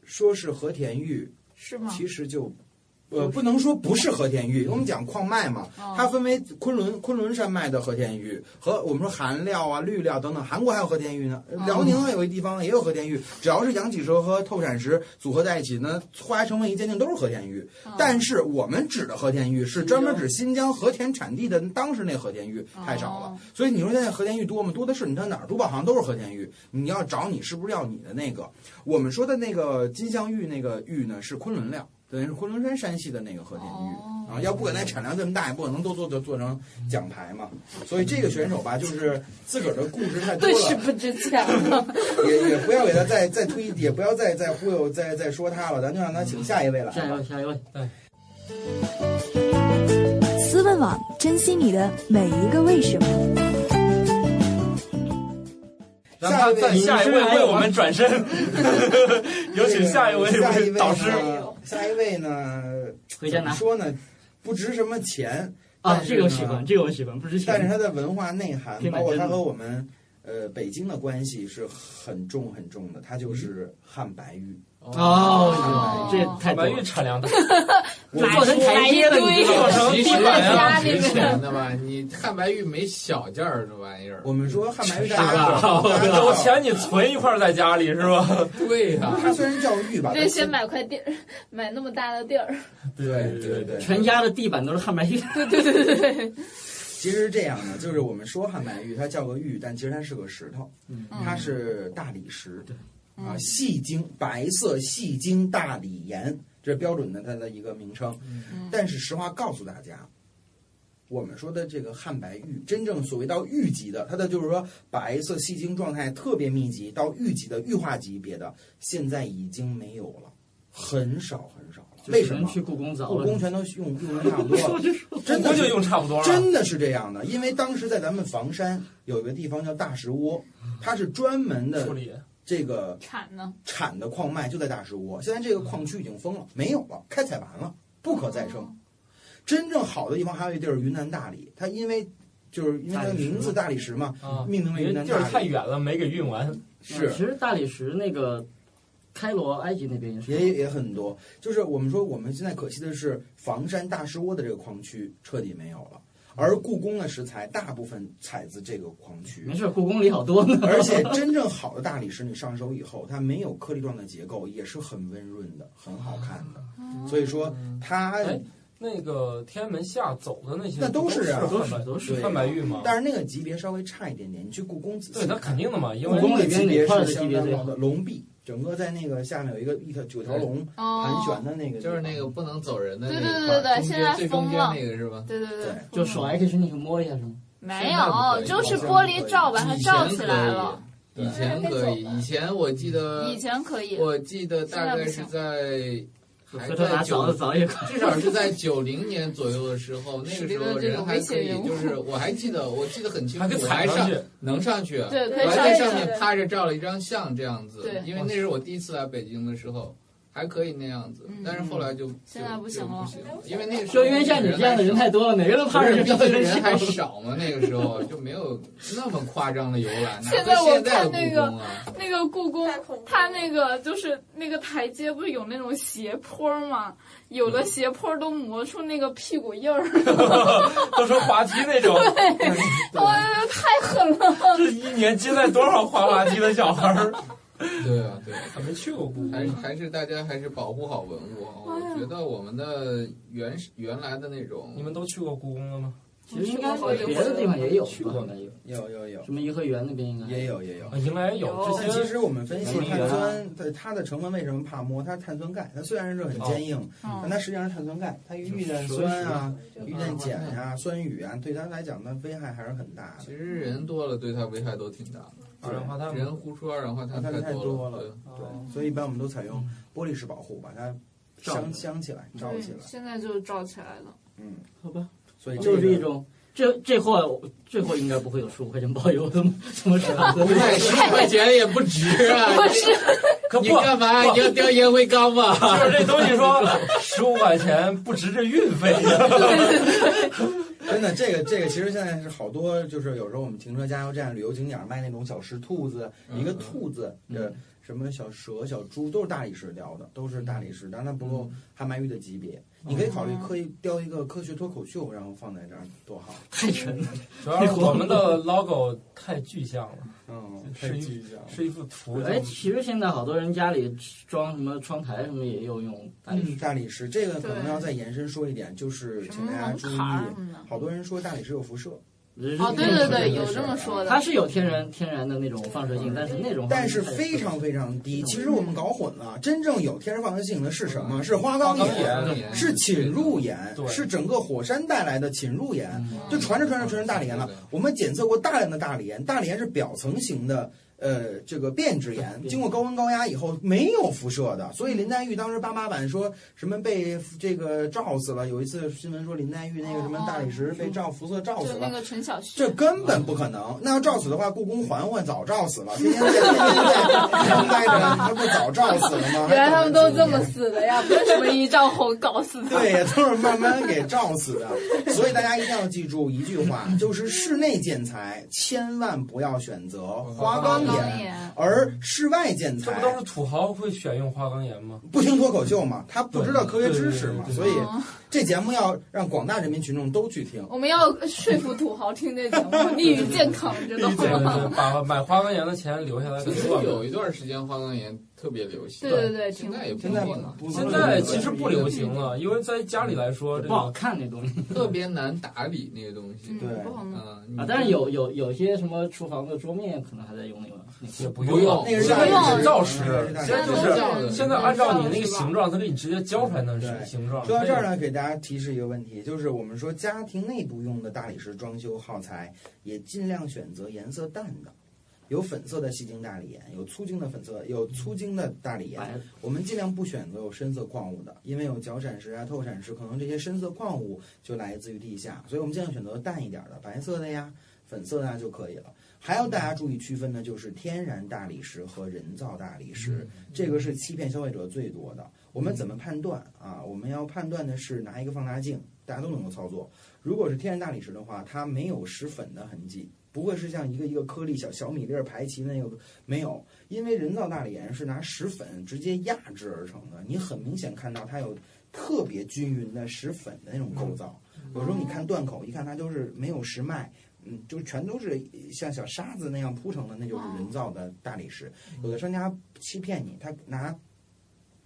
S11: 说是和田玉，
S8: 是
S3: 嗯
S8: 吗？
S11: 其实就，呃，不能说不是和田玉，我们讲矿脉嘛，
S3: 嗯
S11: 它分为昆仑昆仑山脉的和田玉和我们说韩料啊、绿料等等，韩国还有和田玉呢，辽宁还有一地方也有和田玉，只要是阳起石和透闪石组合在一起呢，后来成为一鉴定都是和田玉。
S3: 嗯
S11: 但是我们指的和田玉是专门指新疆和田产地的当时那和田玉太
S3: 哦
S11: 少了，所以你说现在和田玉多吗？多的是，你看哪儿珠宝行都是和田玉，你要找你是不是要你的那个？我们说的那个金镶玉那个玉呢，是昆仑料，等于是昆仑山山系的那个和田玉。
S3: 哦
S11: 啊，要不可能产量这么大，也不可能都做做做成奖牌嘛。所以这个选手吧，就是自个儿的故事太多
S8: 顿时
S11: 了，
S8: 不值钱了。
S11: 也也不要给他再再推，也不要再再忽悠、再再说他了，咱就让他请下一位来
S9: 下一
S11: 吧
S9: 位，。下一位，
S12: 思问网珍惜你的每一个为什么。
S1: 让他再下一位为我们转身， 有请下一位
S11: 下一位
S1: 导师。
S11: 呢下一位呢？
S9: 回家
S11: 怎么
S9: 拿
S11: 说呢，不值什么钱
S9: 啊
S11: 但！是
S9: 这个我
S11: 呢
S9: 喜欢，这个我喜欢，不值
S11: 但是
S9: 钱。
S11: 它的文化内涵，
S9: 挺
S11: 包括
S9: 真
S11: 它
S9: 的
S11: 和我们呃北京的关系是很重很重的，它
S9: 嗯
S11: 就是汉白玉。
S9: 哦这太
S1: 汉白玉产量大，
S9: 我做成台阶了，你
S1: 做成地板呀，
S2: 值钱的吧？你汉白玉没小件儿，这玩意儿。
S11: 我们说汉白玉
S2: 是
S11: 大家知道
S2: 吧？
S1: 有钱你存一块儿在家里是吧？
S2: 对呀，
S11: 它虽然叫玉吧，
S3: 对，先买块地儿， 买那么大的地儿，
S11: 对对对，
S9: 全家的地板都是汉白玉。
S3: 对对对对对，
S11: 其实是这样的，就是我们说汉白玉，它叫个玉，但其实它是个石头，
S9: 嗯
S11: 它是大理石，
S3: 嗯
S11: 啊，细晶白色细晶大理岩，这是标准的它的一个名称。
S3: 嗯
S11: 但是实话告诉大家，我们说的这个汉白玉，真正所谓到玉级的，它的就是说白色细晶状态特别密集，到玉级的玉化级别的，现在已经没有了，很少很少了。为什么？
S9: 去故宫凿
S11: 故
S9: 了？
S11: 宫全都用用的差不多 了，真
S1: 我
S11: 的
S1: 就是用差不多了。
S11: 真的是这样的，因为当时在咱们房山有一个地方叫大石窝，它是专门
S1: 处
S11: 的
S1: 理
S11: 这个
S3: 产呢，
S11: 产的矿脉就在大石窝。现在这个矿区已经封了，没有了，开采完了，不可再
S1: 哦
S11: 生。真正好的地方还有一地儿，云南大理，它因为就是因为它的名字大理石嘛，
S1: 啊，
S11: 命名为
S1: 因
S11: 云
S1: 为
S11: 南
S1: 地儿
S11: 大
S1: 太
S11: 理。
S1: 远了，没给运完。
S11: 是
S9: 其实大理石那个开罗埃及那边也是
S11: 也也很多，就是我们说我们现在可惜的是，房山大石窝的这个矿区彻底没有了，而故宫的石材大部分采自这个矿区。
S9: 没事，故宫里好多呢。
S11: 而且真正好的大理石，你上手以后，它没有颗粒状的结构，也是很温润的，很好看的。所以说它，
S1: 哦哎那个天安门下走的那些，
S11: 那都
S1: 是
S11: 是啊
S1: 汉
S9: 都
S1: 白
S9: 是都
S11: 是
S1: 汉白玉嘛。
S11: 但是那个级别稍微差一点点。你去故宫仔
S1: 对，
S11: 细
S1: 那
S11: 看，
S1: 肯定的嘛，因
S11: 故
S1: 为
S11: 宫
S9: 里
S11: 的
S9: 边
S11: 级别
S9: 哪块儿
S11: 是
S9: 的
S11: 相
S9: 级别
S11: 当
S9: 最
S11: 高
S9: 好
S11: 的，龙壁整个在那个下面有一个一条九条龙盘旋
S3: 哦，
S11: 的那个地方，
S2: 就是那个不能走人的
S3: 对
S2: 那一
S3: 对对
S2: 块儿
S3: 对对
S2: 中间
S3: 现在
S2: 最
S3: 封
S2: 中间
S3: 了
S2: 那个是吧？
S3: 对对
S11: 对
S3: 对，
S9: 就手还可以伸进去摸一下是吗？
S3: 没有，就是玻璃罩把它罩起来了，
S2: 以前可以，以前我记得
S3: 嗯以，前可以，
S2: 我记得大概是在还
S9: 回头拿凿
S2: 在九
S9: 子凿一个。
S2: 至少是在九零年左右的时候，那个时候人还可以，就是我还记得，我记得很清
S1: 还可以
S2: 楚，我
S1: 踩
S2: 还
S1: 上
S2: 上
S1: 去。
S2: 能上去，啊
S3: 对，
S2: 我
S3: 可以
S2: 还
S3: 上去
S2: 在上面趴着照了一张相，这样子
S3: 对。
S2: 因为那是我第一次来北京的时候，还可以那样子
S3: 嗯，
S2: 但是后来就
S3: 现在
S2: 就
S3: 不行了
S2: 就不行因为那个时候
S9: 就因为像你这样的人太多了，每个人都
S2: 不
S9: 趴
S2: 是
S9: 着
S2: 毕
S9: 就
S2: 竟
S9: 被
S2: 人还
S9: 笑。
S2: 少嘛，那个时候就没有那么夸张的游览，哪
S7: 现
S2: 跟
S7: 在我
S2: 现在的
S7: 看那
S2: 故
S7: 个
S2: 宫啊，
S7: 那个故宫
S8: 太恐怖了嗯
S7: 它那个就是那个台阶，不是有那种斜坡吗？有的斜坡都磨出那个屁股印儿，
S1: 都成滑梯那 种，
S7: 哇，太狠了！
S1: 这一年接待多少滑滑梯的小孩儿？
S2: 对啊，对啊。
S1: 还没去过故宫
S2: 还是还是大家还是保护好文物啊！
S7: 哎
S2: 我觉得我们的原始原来的那种，
S1: 你们都去过故宫了吗？
S9: 其实应该别的地方也有吧，
S1: 去过
S9: 应该有
S11: 有有有
S9: 什么颐和园那边应该
S11: 也有也有。
S1: 啊，应该有
S11: 但
S1: 这
S11: 其
S1: 些。
S11: 实我们分析
S9: 有
S11: 碳酸，对它的成分为什么怕摸？它是碳酸钙，它虽然是很坚硬，
S3: 哦
S11: 但它实际上是碳酸钙，它遇见酸啊、遇见碱呀、酸雨啊，对它来讲，它危害还是很大
S2: 其
S11: 的。
S2: 实人多了对它危害都挺大的，
S1: 二氧化碳啊
S2: 人
S1: 嘛，
S2: 呼出二氧化碳
S11: 碳
S2: 太
S11: 太
S2: 多
S11: 了
S2: 了。，
S11: 对，所以一般我们都采用玻璃式保护，把它镶镶起来、罩起来。
S7: 现在就罩起来了。
S11: 嗯，
S9: 好吧，
S11: 所以这
S9: 哦就
S11: 个
S9: 是一种。这这货这货应该不会有十五块钱包邮，怎么怎么舍得？
S2: 卖十块钱也不值 啊！
S1: 可不，
S2: 你
S1: 就
S2: 干嘛？你要叼烟灰缸吗？
S1: 是这东西说十五块钱不值这运费，
S11: 真的，这个这个其实现在是好多，就是有时候我们停车加油站、旅游景点儿卖那种小石兔子，
S2: 嗯
S11: 一个兔子，呃，什么小蛇、小猪，都是大理石雕的，都是大理石，但它不够汉白玉的级别。你可以考虑刻意雕一个科学脱口秀，然后放在这儿，多好。
S9: 太沉了，
S1: 主要是我们的 logo 太具象了，
S11: 嗯，
S1: 是一
S11: 具象了。
S1: 是一幅图。
S9: 哎，其实现在好多人家里装什么窗台什么也有用大理
S11: 嗯，
S9: 石，
S11: 大理石这个可能
S7: 对
S11: 要再延伸说一点，就是
S3: 什
S11: 请
S3: 么
S11: 大家
S3: 门
S11: 注
S3: 槛儿什
S11: 意，
S3: 么的，
S11: 好多人说大理石有辐射，
S9: 哦
S3: 哦，对对对，有这么说
S9: 它
S3: 的，
S9: 是有天然天然的那种放射性，但是那种
S11: 但是非常非常低。其实我们搞混了，真正有天然放射性的是什么？是花岗
S1: 花岗
S11: 岩。
S2: 岩
S11: 是侵入岩
S1: 对，
S11: 是整个火山带来的侵入岩，
S9: 嗯
S11: 就传着传着传成大理岩了
S2: 对对对。
S11: 我们检测过大量的大理岩，大理岩是表层型的呃这个变质盐，经过高温高压以后没有辐射的。所以林黛玉当时八八版说什么被这个照死了，有一次新闻说林黛玉那个什么大理石被照辐射照死
S8: 哦
S11: 了，
S7: 那个陈小旭，
S11: 这根本不可能。那要照死的话，故宫嬛嬛早照死了，天天在天天在待着，她不早照死了吗？
S8: 原来他们都这么死的呀，不是什么一兆红搞死 的。
S11: 对呀，都是慢慢给照死的。所以大家一定要记住一句话，就是室内建材千万不要选择花岗岩，而室外建材，
S1: 这不都是土豪会选用花岗岩吗？
S11: 不听脱口秀嘛，他不知道科学知识嘛，
S1: 对对对
S11: 所以
S3: 嗯
S11: 这节目要让广大人民群众都去听。
S8: 我们要说服土豪听这节目，利于健康，知道
S1: 对对对，把买花岗岩的钱留下来
S2: 其
S1: 给
S2: 实
S1: 我
S2: 有
S1: 们。
S2: 一段时间花岗岩特别流行，
S8: 对对对，
S2: 现
S8: 挺
S2: 在也不
S11: 现在
S2: 火了，
S11: 不
S1: 现在其实不流行了，因为在家里来说，这
S9: 不好
S1: 个
S9: 看那东西
S2: 特别难打理那个东西。
S3: 嗯
S7: 嗯
S11: 对
S8: 不好弄。
S2: 啊，
S9: 啊。但是有有有些什么厨房的桌面可能还在用那个那个
S1: 也不
S2: 不用
S1: 用。
S11: 那个是
S1: 现在
S11: 大
S1: 是
S11: 理
S1: 造
S11: 石
S1: 石
S11: 嗯，
S1: 现在就是
S2: 是
S1: 现在按照你那个形状，它给你直接教出来那
S11: 对
S1: 是形状。
S11: 说到这儿呢，给大家提示一个问题，就是我们说家庭内部用的大理石装修耗材，也尽量选择颜色淡的，有粉色的细晶大理岩，有粗晶的粉色，有粗晶的大理岩。
S9: 白的
S11: 我们尽量不选择有深色矿物的，因为有角闪石啊、透闪石，可能这些深色矿物就来自于地下，所以我们尽量选择淡一点的，白色的呀、粉色的呀就可以了。还要大家注意区分的就是天然大理石和人造大理石，这个是欺骗消费者最多的。我们怎么判断啊？我们要判断的是拿一个放大镜，大家都能够操作。如果是天然大理石的话，它没有石粉的痕迹，不会是像一个一个颗粒小小米粒儿排齐的那个没有，因为人造大理岩是拿石粉直接压制而成的，你很明显看到它有特别均匀的石粉的那种构造。有时候你看断口，一看它就是没有石脉，嗯，就全都是像小沙子那样铺成的，那
S7: 哦
S11: 就是人造的大理石。有的商家欺骗你，他拿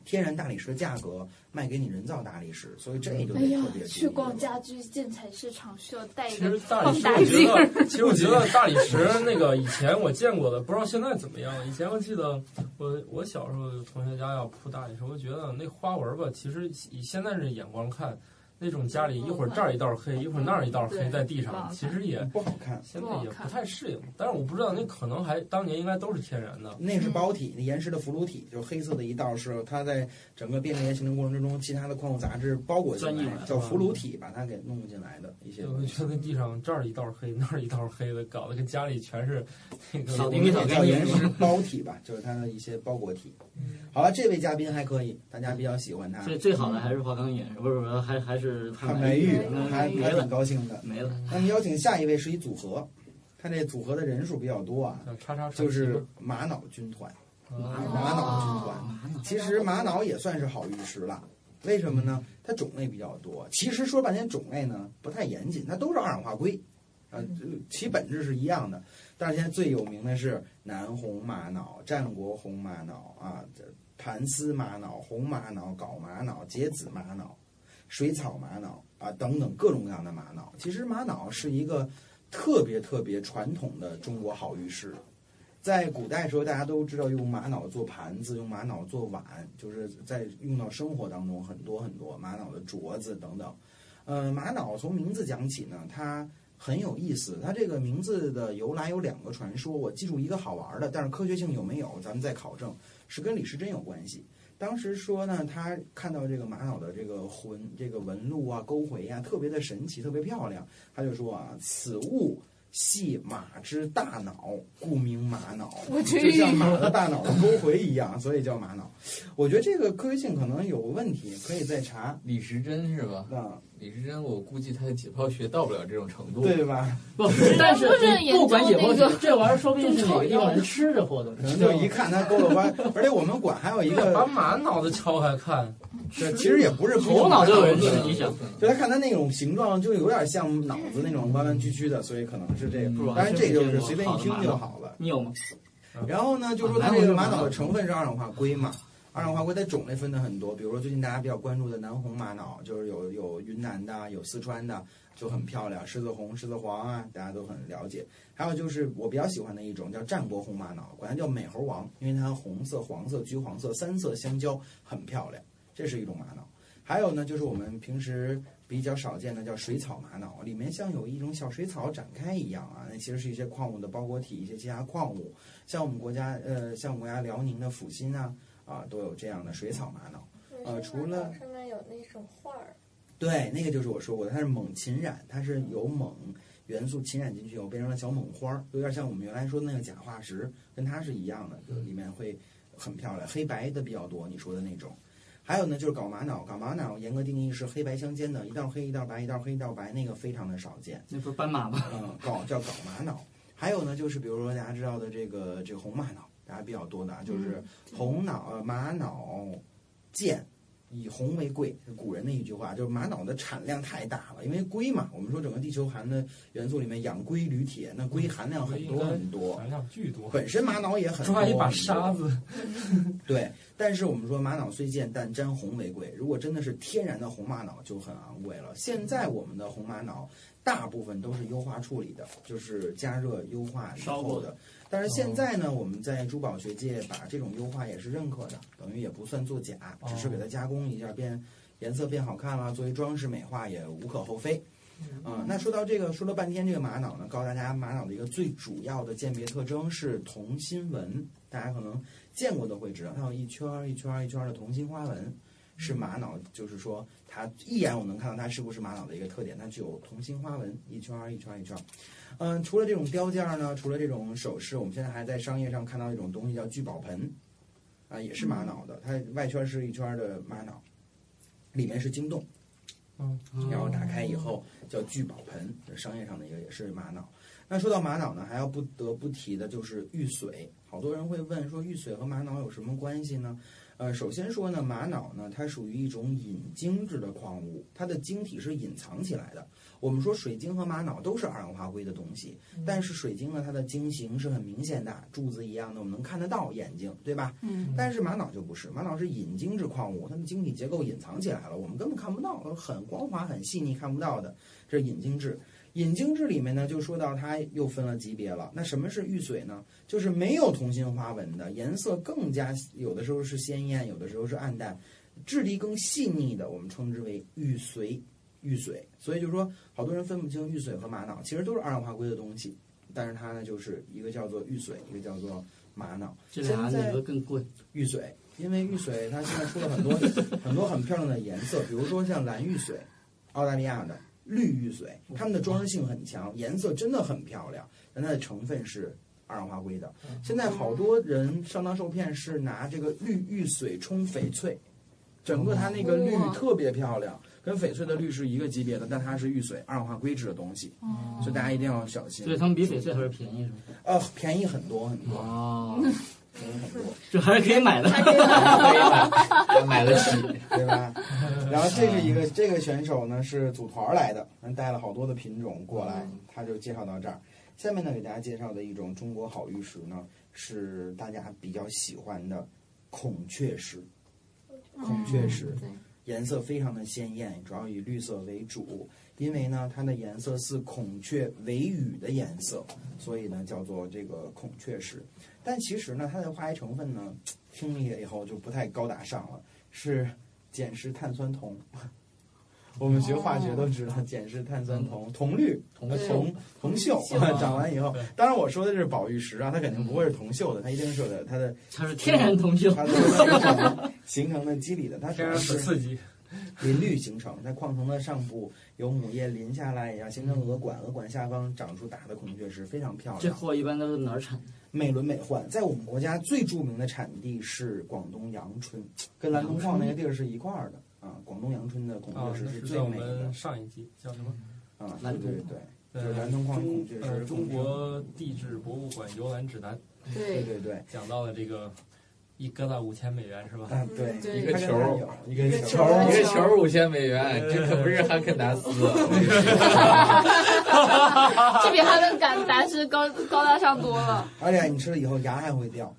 S11: 天然大理石的价格卖给你人造大理石，所以这就
S7: 哎
S11: 得
S7: 呀
S11: 特别注意，了
S7: 去逛家居建材市场需要带一
S1: 其
S7: 个
S1: 实大理
S7: 放
S1: 石，
S7: 大
S1: 我
S7: 镜。
S1: 觉得，其实我觉得大理石那个以前我见过的，不知道现在怎么样。以前我记得我我小时候有同学家要铺大理石，我觉得那花纹吧，其实以现在这眼光看，那种家里一会儿这儿一道黑，一会儿那儿一道黑
S7: 对
S1: 在地
S7: 不好看
S1: 上，其实也
S11: 不好看。
S1: 现在也不太适应。但是我不知道那可能还当年应该都是天然的。
S11: 那是
S7: 嗯
S11: 包体，那岩石的浮露体，就黑色的一道是它在整个变质岩形成过程之中，其他的矿物杂质包裹进
S9: 钻进
S11: 来嗯
S9: 来，
S11: 叫浮露体，把它给弄进来的一些
S1: 就
S11: 东 西。
S1: 就那地上这儿一道黑，那儿一道黑的，搞得跟家里全是那个
S9: 扫地
S11: 我们也叫岩石包体吧，嗯就是它的一些包裹体。好了，这位嘉宾还可以，大家比较喜欢他，
S9: 最最好的还是花岗岩，不是不是，还还是
S11: 他
S9: 潘
S11: 没
S9: 玉
S11: 遇，，
S9: 嗯
S11: 还
S9: 没
S11: 还挺
S9: 了
S11: 高兴的。
S9: 没 了。
S11: 那么邀请下一位是一组合，他这组合的人数比较多啊，
S1: 像叉叉传奇
S11: 就是玛瑙军团。
S1: 啊
S11: 玛瑙军团，其实玛瑙也算是好玉石了。为什么呢？它种类比较多。其实说半天种类呢不太严谨，它都是二氧化硅，呃，其本质是一样的。但是现在最有名的是南红玛瑙、战国红玛瑙啊、这盘丝玛瑙、红玛瑙、皋玛瑙、结子玛瑙、水草玛瑙啊等等各种各样的玛瑙。其实玛瑙是一个特别特别传统的中国好玉石。在古代时候，大家都知道用玛瑙做盘子，用玛瑙做碗，就是在用到生活当中很多很多玛瑙的镯子等等。呃，玛瑙从名字讲起呢，它很有意思。它这个名字的由来有两个传说，我记住一个好玩的，但是科学性有没有，咱们再考证，是跟李时珍有关系。当时说呢，他看到这个玛瑙的这个魂、这个纹路啊、勾回啊，特别的神奇，特别漂亮。他就说啊，此物系马之大脑，故名玛瑙。
S8: 我
S11: 就像马的大脑的勾回一样，所以叫玛瑙。我觉得这个科学性可能有问题，可以再查。
S2: 李时珍是吧？
S11: 啊，
S2: 李时珍，我估计他的解剖学到不了这种程度。
S11: 对吧？
S9: 不，但是
S7: 不是
S9: 你
S7: 研
S9: 不管
S7: 究
S9: 解
S7: 那
S9: 剖
S7: 个
S9: 学，这玩意儿说不定是
S7: 种
S9: 哪
S7: 草
S9: 个地
S7: 药
S9: 方人吃着或者
S11: 可能就一看它勾 了弯，而且我们馆还有一
S1: 把
S11: 个，
S1: 满脑子敲开看，
S11: 这其实也不是
S9: 头脑就有人
S11: 不
S9: 吃
S11: 是
S9: 你想
S11: 就他看它那种形状，就有点像脑子那种弯弯曲曲的，所以可能是这
S9: 嗯不
S11: 个。
S9: 是
S11: 当然这就是随便一听就好了。
S9: 你有吗？
S11: 然后呢，就说它这个玛瑙的成分是二氧化硅嘛。二氧化硅它种类分的很多，比如说最近大家比较关注的南红玛瑙，就是有有云南的，有四川的，就很漂亮，狮子红、狮子黄啊，大家都很了解。还有就是我比较喜欢的一种叫战国红玛瑙，管它叫美猴王，因为它红色、黄色、橘黄色三色相交，很漂亮。这是一种玛瑙。还有呢，就是我们平时比较少见的叫水草玛瑙，里面像有一种小水草展开一样啊，那其实是一些矿物的包裹体，一些其他矿物。像我们国家呃，像我们国家辽宁的阜新啊啊，都有这样的水草玛瑙。呃，除了
S8: 嗯上面有那种画儿，
S11: 对，那个就是我说过的，它是锰禽染，它是有锰元素侵染进去以后变成了小锰花儿，有点像我们原来说的那个假化石，跟它是一样的，就里面会很漂亮，黑白的比较多。你说的那种，还有呢就是搞玛瑙，搞玛瑙严格定义是黑白相间的，一道黑一道白，一道黑一道白，那个非常的少见。
S9: 那不是斑马吗？
S11: 嗯，搞叫搞玛瑙。还有呢就是比如说大家知道的这个这个红玛瑙，大家比较多的啊，就是
S1: 嗯
S11: 红脑呃玛瑙剑。以红为贵，古人的一句话就是玛瑙的产量太大了，因为硅嘛，我们说整个地球含的元素里面氧硅、铝、铁，那
S1: 嗯
S11: 硅含量很多很多，
S1: 含量巨多。
S11: 本身玛瑙也很多，
S1: 抓一把沙子。
S11: 对，但是我们说玛瑙虽贱，但沾红为贵。如果真的是天然的红玛瑙就很昂贵了。现在我们的红玛瑙大部分都是优化处理的，就是加热优化以后的。但是现在呢，我们在珠宝学界把这种优化也是认可的，等于也不算作假，只是给它加工一下，变颜色变好看了，作为装饰美化也无可厚非。啊、嗯，那说到这个，说了半天这个玛瑙呢，告诉大家玛瑙的一个最主要的鉴别特征是同心纹，大家可能见过的会知道，它有一圈一圈一圈的同心花纹，是玛瑙，就是说它一眼我能看到它是不是玛瑙的一个特点，它具有同心花纹，一圈一圈一圈。嗯，除了这种雕件呢，除了这种首饰，我们现在还在商业上看到一种东西叫聚宝盆，啊，也是玛瑙的，它外圈是一圈的玛瑙，里面是晶洞，
S1: 嗯，
S11: 然后打开以后叫聚宝盆，这商业上的一个也是玛瑙。那说到玛瑙呢，还要不得不提的就是玉髓，好多人会问说玉髓和玛瑙有什么关系呢？呃，首先说呢，玛瑙呢，它属于一种隐晶质的矿物，它的晶体是隐藏起来的。我们说水晶和玛瑙都是二氧化硅的东西，但是水晶呢，它的晶形是很明显的，柱子一样的，我们能看得到眼睛，对吧？
S9: 嗯。
S11: 但是玛瑙就不是，玛瑙是隐晶质矿物，它的晶体结构隐藏起来了，我们根本看不到，很光滑、很细腻，看不到的，这是隐晶质。隐晶质里面呢，就说到它又分了级别了。那什么是玉髓呢？就是没有同心花纹的，颜色更加有的时候是鲜艳，有的时候是暗淡，质地更细腻的，我们称之为玉髓。玉髓，所以就是说，好多人分不清玉髓和玛瑙，其实都是二氧化硅的东西，但是它呢，就是一个叫做玉髓，一个叫做玛瑙。
S9: 这俩哪个更贵？
S11: 玉髓，因为玉髓它现在出了很多很多很漂亮的颜色，比如说像蓝玉髓，澳大利亚的。绿玉髓，它们的装饰性很强，颜色真的很漂亮，但它的成分是二氧化硅的。现在好多人上当受骗，是拿这个绿玉髓冲翡翠，整个它那个绿特别漂亮，跟翡翠的绿是一个级别的，但它是玉髓，二氧化硅质的东西，
S3: 嗯
S11: 所以大家一定要小心。
S9: 对，他们比翡翠还是便宜是吗？
S11: 呃，便宜很多很多。
S9: 哦。
S11: 便宜很多，
S9: 这还是可以买的，
S2: 买得起，
S11: 对吧？然后这是一个这个选手呢是组团来的，嗯带了好多的品种过来，他就介绍到这儿。下面呢给大家介绍的一种中国好玉石呢是大家比较喜欢的孔雀石，孔雀石颜色非常的鲜艳，主要以绿色为主，因为呢它的颜色是孔雀尾羽的颜色，所以呢叫做这个孔雀石。但其实呢，它的化学成分呢，听了以后就不太高大上了，是碱式碳酸铜。 我们学化学都知道，碱式碳酸铜、哦嗯铜绿、
S9: 铜
S11: 铜铜锈，啊 长完以后，当然我说的这是宝玉石啊，它肯定不会是铜锈的，它一定是的，它 的
S9: 它是天然铜锈，
S11: 它的形成的机理的，它主要 是
S1: 刺激。
S11: 林绿形成，在矿层的上部由母叶淋下来一样，形成鹅管，鹅管下方长出大的孔雀石，非常漂亮。
S9: 这货一般都是哪儿产的？
S11: 美轮美奂，在我们国家最著名的产地是广东阳春，跟蓝铜矿那个地儿是一块儿的啊。广东阳春的孔雀石
S1: 是
S11: 最美的。
S1: 啊、我们上一集叫什么？
S11: 啊，
S9: 蓝
S11: 对对，就是蓝铜矿孔雀石。
S1: 中国地质博物馆游览指南。
S11: 对对对，
S1: 讲到了这个。一疙瘩五千美元是吧？
S11: 啊，对，
S2: 一个球，
S11: 一个球，啊
S2: 一个球五千美元，这可不是哈根达斯。
S3: 这比哈根达达斯高高大上多了。
S11: 而且你吃了以后牙还会掉，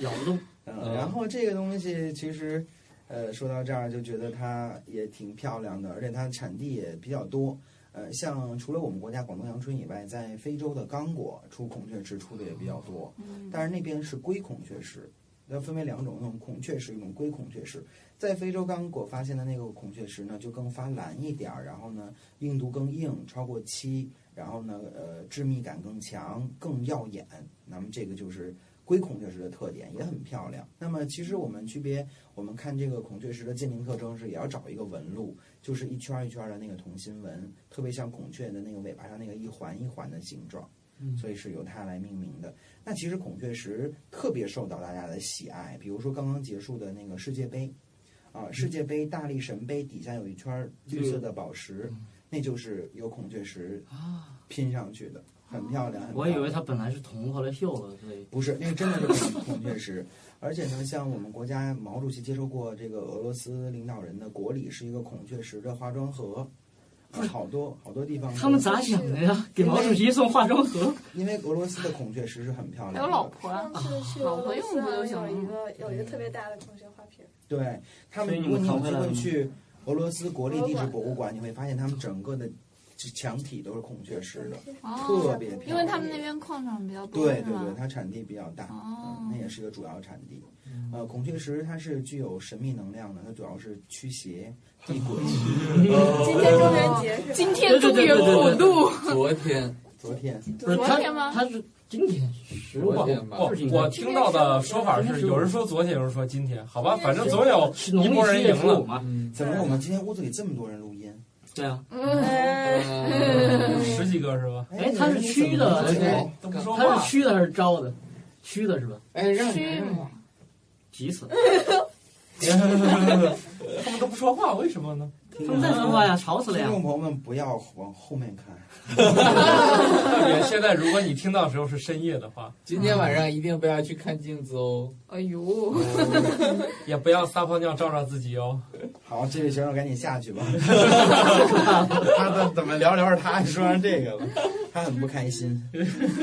S9: 咬不动。
S11: 嗯，然后这个东西其实，呃，说到这儿就觉得它也挺漂亮的，而且它产地也比较多。呃，像除了我们国家广东阳春以外，
S3: 嗯
S11: 嗯在非洲的刚果出孔雀石出的也比较多，但是那边是硅孔雀石，它分为两种，一种孔雀石，一种龟孔雀石。在非洲刚果发现的那个孔雀石呢，就更发蓝一点儿，然后呢硬度更硬，超过七，然后呢呃致密感更强，更耀眼。那么这个就是龟孔雀石的特点，也很漂亮。那么其实我们区别，我们看这个孔雀石的鉴定特征是，也要找一个纹路，就是一圈一圈的那个同心纹，特别像孔雀的那个尾巴上那个一环一环的形状。
S9: 嗯
S11: 所以是由它来命名的。那其实孔雀石特别受到大家的喜爱，比如说刚刚结束的那个世界杯，
S9: 嗯
S11: 啊，世界杯大力神杯底下有一圈绿色的宝石，
S9: 嗯
S11: 那就是由孔雀石拼上去的，很漂亮。
S9: 啊我以为它本来是铜，后来锈了，所以
S11: 不是，那真的是孔雀石。 而且呢，像我们国家毛主席接受过这个俄罗斯领导人的国礼，是一个孔雀石的化妆盒。啊好多好多地方，
S9: 他们咋想的呀？给毛主席送化妆盒？
S11: 因为俄罗斯的孔雀石是很漂亮的。
S3: 还有老婆啊，
S8: 老婆用不都行有一个有一个特别大的孔雀花瓶。
S11: 对他们，如果你有机会去俄罗斯国立历史博物馆，你会发现他们整个的墙体都是孔雀
S9: 嗯
S11: 石的，特别漂亮。
S3: 因为他们那边矿场比较多，
S11: 对对
S9: 啊
S11: 对，它产地比较大，
S9: 哦
S11: 嗯那也是一个主要产地。
S9: 嗯
S11: 呃，孔雀石它是具有神秘能量的，它主要是驱邪。地 鬼，
S8: 今天中元节是吧？
S3: 今天中元普渡，
S2: 啊 昨天，
S11: 昨天
S9: 不是
S3: 昨天吗？
S9: 他是今天，
S2: 昨天吧？
S1: 我听到的说法是，有人说昨天，有人说今天，好吧，反正总有一波人赢了
S9: 嘛。
S2: 嗯
S11: 怎么我们今天屋子里这么多人录音？
S9: 对啊，
S3: 嗯
S8: 呃
S2: 嗯呃
S1: 十几个是吧？
S9: 哎，他是虚的，他是虚的还是招的？虚的是吧？
S2: 哎，让
S3: 虚
S2: 母，
S9: 急死了。
S1: 他们都不说话，为什么呢？
S9: 他们在说话呀，吵死了呀！
S11: 啊听众朋友们，不要往后面看。
S1: 特别现在，如果你听到的时候是深夜的话，
S2: 今天晚上一定不要去看镜子哦，
S3: 哎呦，
S1: 也不要撒泡尿照照自己哦。
S11: 好，这位选手赶紧下去 吧。他怎怎么聊聊着他说上这个了？他很不开心。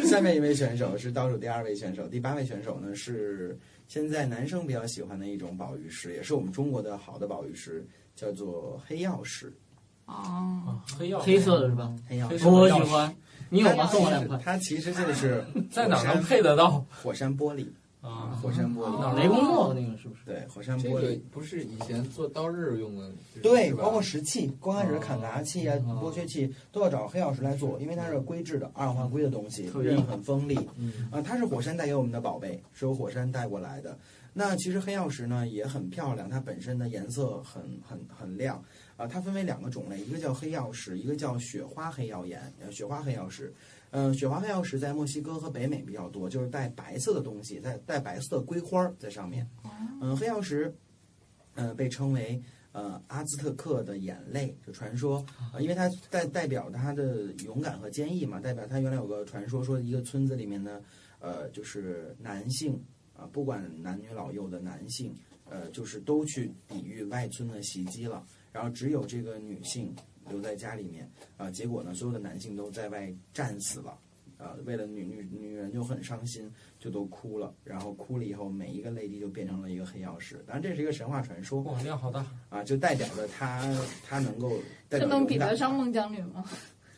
S11: 下面一位选手是倒数第二位选手，第八位选手呢是现在男生比较喜欢的一种宝玉石，也是我们中国的好的宝玉石，叫做黑曜石。
S3: 哦，
S1: 啊黑曜
S9: 黑色的是吧？
S11: 黑曜
S1: 黑
S11: 石
S1: 色，
S9: 我喜欢，你有吗？送我两块。
S11: 它其实就是
S1: 在哪能配得到
S11: 火山玻璃
S1: 啊？
S11: 火山玻璃，
S1: 啊
S9: 雷公庙那个是不是？
S11: 对，火山
S2: 这
S11: 玻
S2: 个
S11: 璃。
S2: 不是以前做刀刃用的，
S11: 对，
S2: 是吧
S11: 包括石器、光开始砍砸器啊、
S9: 哦
S11: 剥削器，都要找黑曜石来做，因为它是硅制的二氧化硅的东西，
S9: 特别硬
S11: 刃很锋利。
S2: 嗯
S11: 啊，它是火山带给我们的宝贝，是由火山带过来的。那其实黑曜石呢也很漂亮，它本身的颜色很很很亮。啊，它分为两个种类，一个叫黑曜石，一个叫雪花黑曜岩，呃，雪花黑曜石。嗯，雪花黑曜石在墨西哥和北美比较多，就是带白色的东西，带带白色的硅花儿在上面。嗯，黑曜石，呃，被称为呃阿兹特克的眼泪，就传说，呃因为它代代表他的勇敢和坚毅嘛，代表他原来有个传说，说一个村子里面呢，呃，就是男性啊、不管男女老幼的男性，呃，就是都去抵御外村的袭击了，然后只有这个女性留在家里面，啊、结果呢，所有的男性都在外战死了。啊，为了女女女人就很伤心，就都哭了。然后哭了以后，每一个泪滴就变成了一个黑曜石。当然，这是一个神话传说。
S1: 哇，量好大！
S11: 啊，就代表着他他能够代
S3: 这
S11: 表
S3: 能比
S11: 勇
S3: 得
S11: 敢
S3: 上孟姜女吗？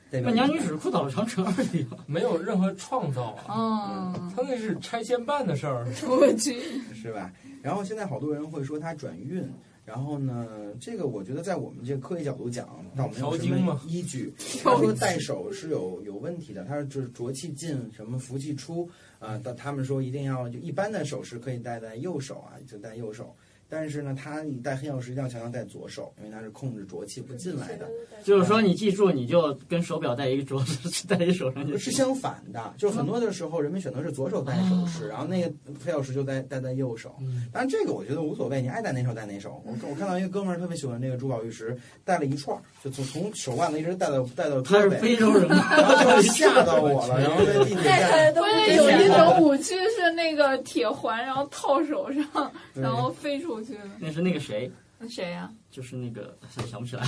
S11: 代表
S9: 那娘
S11: 勇
S9: 女
S11: 敢
S9: 只裤裆长城而已。
S1: 没有任何创造啊，
S3: 嗯，
S1: 他那是拆迁办的事儿。
S3: 我去，
S11: 是吧？然后现在好多人会说他转运，然后呢，这个我觉得在我们这个科学角度讲，倒没有
S1: 调
S11: 什
S1: 经
S11: 么
S1: 嘛
S11: 依 据。他说代手是有有问题的，他是就是浊气进，什么福气出啊。但他们说一定要就一般的手势可以戴在右手啊，就戴右手。但是呢，他你戴黑曜石一定要强调戴左手，因为它是控制浊气呃不进来的。
S9: 就是说，你记住，你就跟手表戴一个镯子， 戴一手上就是
S11: 相反的，就是很多的时候，人们选择是左手戴首饰，然后那个黑曜石就戴戴在右手。当然，这个我觉得无所谓，你爱戴哪手戴哪手。我我看到一个哥们儿特别喜欢这个珠宝玉石，戴了一串儿，就从从手腕子一直戴到戴到
S9: 他
S11: 胳
S9: 是
S11: 膊，
S9: 非洲人吗？
S11: 然后就吓到我了，然后在地铁站，
S8: 都
S3: 不是有一种武器是那个铁环，然后套手上，
S11: 对
S3: 然后飞出去的，
S9: 那是那个谁，
S3: 那谁啊呀？
S9: 就是那个想想不起来。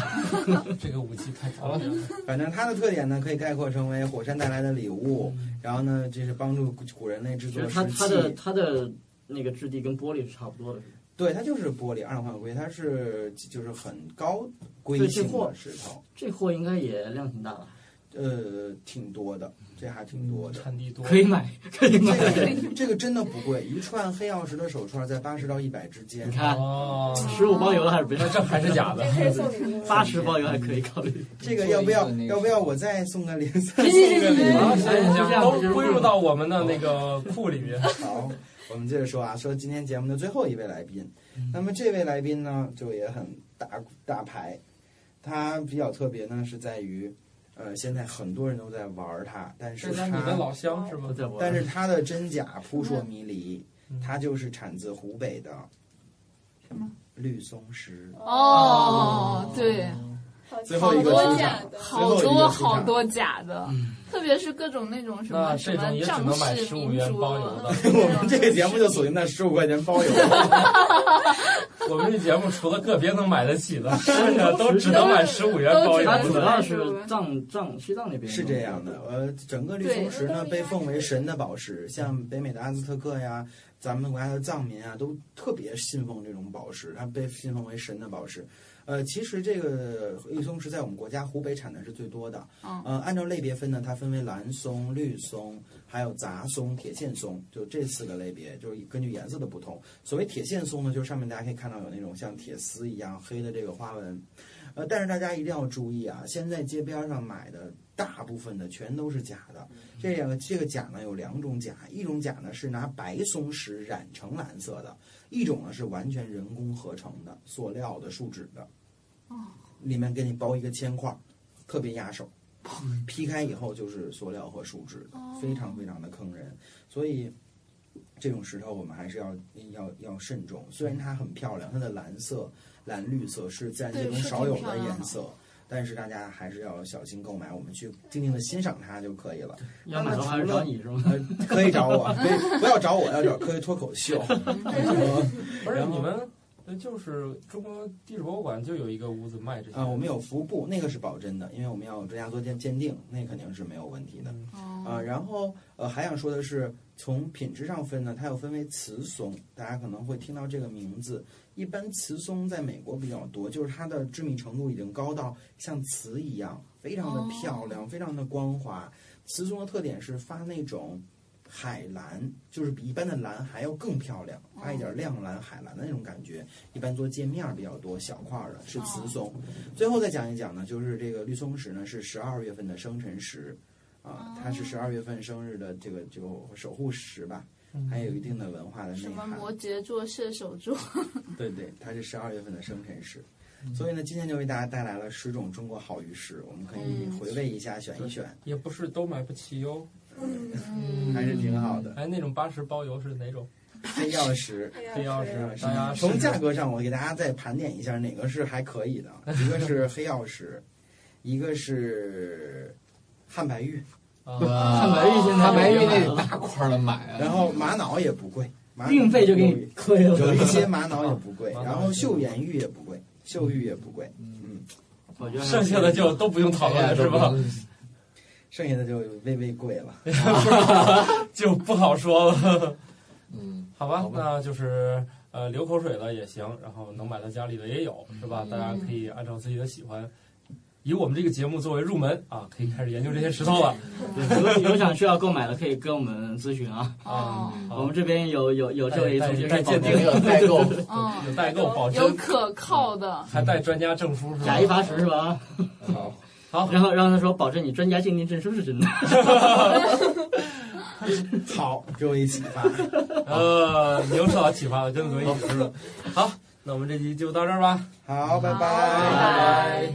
S1: 这个武器太高级了，
S11: 反正它的特点呢，可以概括成为火山带来的礼物，然后呢，这是帮助古人类制
S9: 就
S11: 作
S9: 是 他
S11: 石
S9: 他的
S11: 器。
S9: 他的那个质地跟玻璃是差不多的，是吧
S11: 对，它就是玻璃二氧化硅，它是就是很高
S9: 对
S11: 硅
S9: 这
S11: 性
S9: 货
S11: 的石头。
S9: 这货应该也量挺大的。
S11: 呃，挺多的，这还挺多的，
S1: 产地多，
S9: 可以买，可以买。
S11: 这个这个真的不贵，一串黑曜石的手串在八十到一百之间。
S9: 你看， 十五包邮了还是别，
S1: 这还是假的。
S9: 八十包邮还可以考虑。
S11: 这个要不要？要不要我再送个零？
S1: 行行行行行，都归入到我们的那个库里面。
S11: 好，我们接着说啊，说今天节目的最后一位来宾。那么这位来宾呢，就也很大大牌，他比较特别呢，是在于。呃，现在很多人都在玩它，但是它
S1: 的老乡是吗？
S11: 但是它的真假扑朔迷离，它就是产自湖北的
S3: 什么
S11: 绿松石
S3: 哦，对，
S11: 最后一个
S3: 多假的，好多好多假的，
S11: 嗯
S3: 特别是各种那种什么什么
S1: 仗
S3: 势民族，
S11: 我们这个节目就属于那十五块钱包 邮。
S1: 我们这节目除了个别能买得起的，剩下都只能买十五元包邮。
S9: 它主要是藏藏西藏那边
S11: 是这样的。呃，整个绿松石呢被奉为神的宝石，像北美的阿兹特克呀，咱们国家的藏民啊，都特别信奉这种宝石，它被信奉为神的宝石。呃，其实这个绿松石在我们国家湖北产的是最多的。
S3: 嗯
S11: 呃，按照类别分呢，它分为蓝松、绿松，还有杂松、铁线松，就这四个类别，就是根据颜色的不同。所谓铁线松呢，就是上面大家可以看到有那种像铁丝一样黑的这个花纹。呃，但是大家一定要注意啊，现在街边上买的大部分的全都是假的。这两个这个假呢有两种假，一种假呢是拿白松石染成蓝色的。一种呢是完全人工合成的，塑料的、树脂的，里面给你包一个铅块，特别压手，劈开以后就是塑料和树脂的，
S3: 嗯
S11: 非常非常的坑人。所以这种石头我们还是要要要慎重。虽然它很漂亮，它的蓝色、蓝绿色是自然界中少有的颜色。但是大家还是要小心购买，我们去静静的欣赏它就可以 了。
S9: 要买的话找你是吗？
S11: 可以找我，可以不要找我，要找科学脱口 秀。
S1: 不是你们，呃就是中国地质博物馆就有一个屋子卖这些
S11: 啊。我们有服部，那个是保真的，因为我们要专家做鉴鉴定，那肯定是没有问题的。
S3: 哦
S11: 啊，然后呃还想说的是，从品质上分呢，它又分为雌松，大家可能会听到这个名字。一般雌松在美国比较多，就是它的致密程度已经高到像瓷一样，非常的漂亮，非常的光滑。雌松的特点是发那种海蓝，就是比一般的蓝还要更漂亮，发一点亮蓝、海蓝的那种感觉。一般做界面比较多，小块的是雌松。最后再讲一讲呢，就是这个绿松石呢是十二月份的生辰石，啊、呃，它是十二月份生日的这个这个守护石吧。
S1: 嗯
S11: 还有一定的文化的内
S7: 涵。什么摩羯座、射手座？
S11: 对对，它是十二月份的生辰石，
S9: 嗯
S11: 所以呢，今天就为大家带来了十种中国好玉石，我们可
S7: 嗯
S11: 以回味一下，选一选。
S1: 也不是都买不起哟，
S8: 嗯
S11: 还是
S3: 嗯
S11: 挺好的。
S1: 哎，那种八十包邮是哪种？
S9: 嗯
S11: 黑曜 石，
S1: 黑曜石。大家
S11: 从价格上，我给大家再盘点一下，哪个是还可 以的？一个是黑曜石，一个是汉白玉。
S1: 啊
S9: 汉白玉现在，
S2: 汉白玉那大块的买啊，
S11: 然后玛瑙也不贵，
S9: 嗯运费就给 你亏了。
S11: 有一些玛瑙也不 贵，然后岫岩玉也不贵，岫玉也不贵。嗯，
S9: 我觉得
S1: 剩下的就都不用讨
S2: 哎
S1: 论了，是吧？
S11: 剩下的就微微贵了，
S1: 就不好说了。 嗯，好吧，那就是呃流口水了也行，然后能买到家里的也有，是吧？大家可以按照自己的喜欢。以我们这个节目作为入门啊，可以开始研究这些石头了。
S9: 有有想需要购买的，可以跟我们咨 询啊。啊，我们这边有有有这位同学
S1: 带鉴定、
S2: 有代购，
S11: 嗯
S1: 有代购保
S3: 哦嗯有可靠的，
S1: 还带专家证书是吧？
S9: 假一罚十是吧？
S1: 好，好，
S9: 然后然后他说保证你专家鉴定证书是真的。
S11: 好，给我一启发。
S1: 呃，你又受到启发了，真的轮椅了。好，那我们这期就到这儿吧。
S11: 好，拜拜，
S3: 拜拜。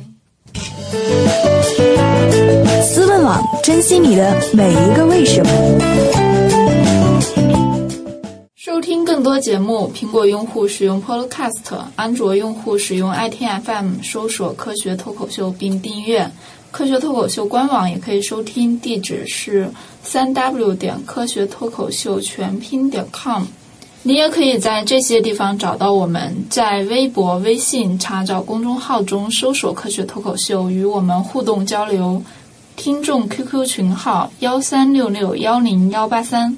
S12: 思问网，珍惜你的每一个为什么。
S3: 收听更多节目，苹果用户使用 Podcast，安卓用户使用爱听 FM 搜索“科学脱口秀”并订阅。科学脱口秀官网也可以收听，地址是三 w 点科学脱口秀全拼点 com。你也可以在这些地方找到我们，在微博、微信查找公众号中搜索“科学脱口秀”，与我们互动交流。听众 QQ 群号：幺三六六幺零幺八三。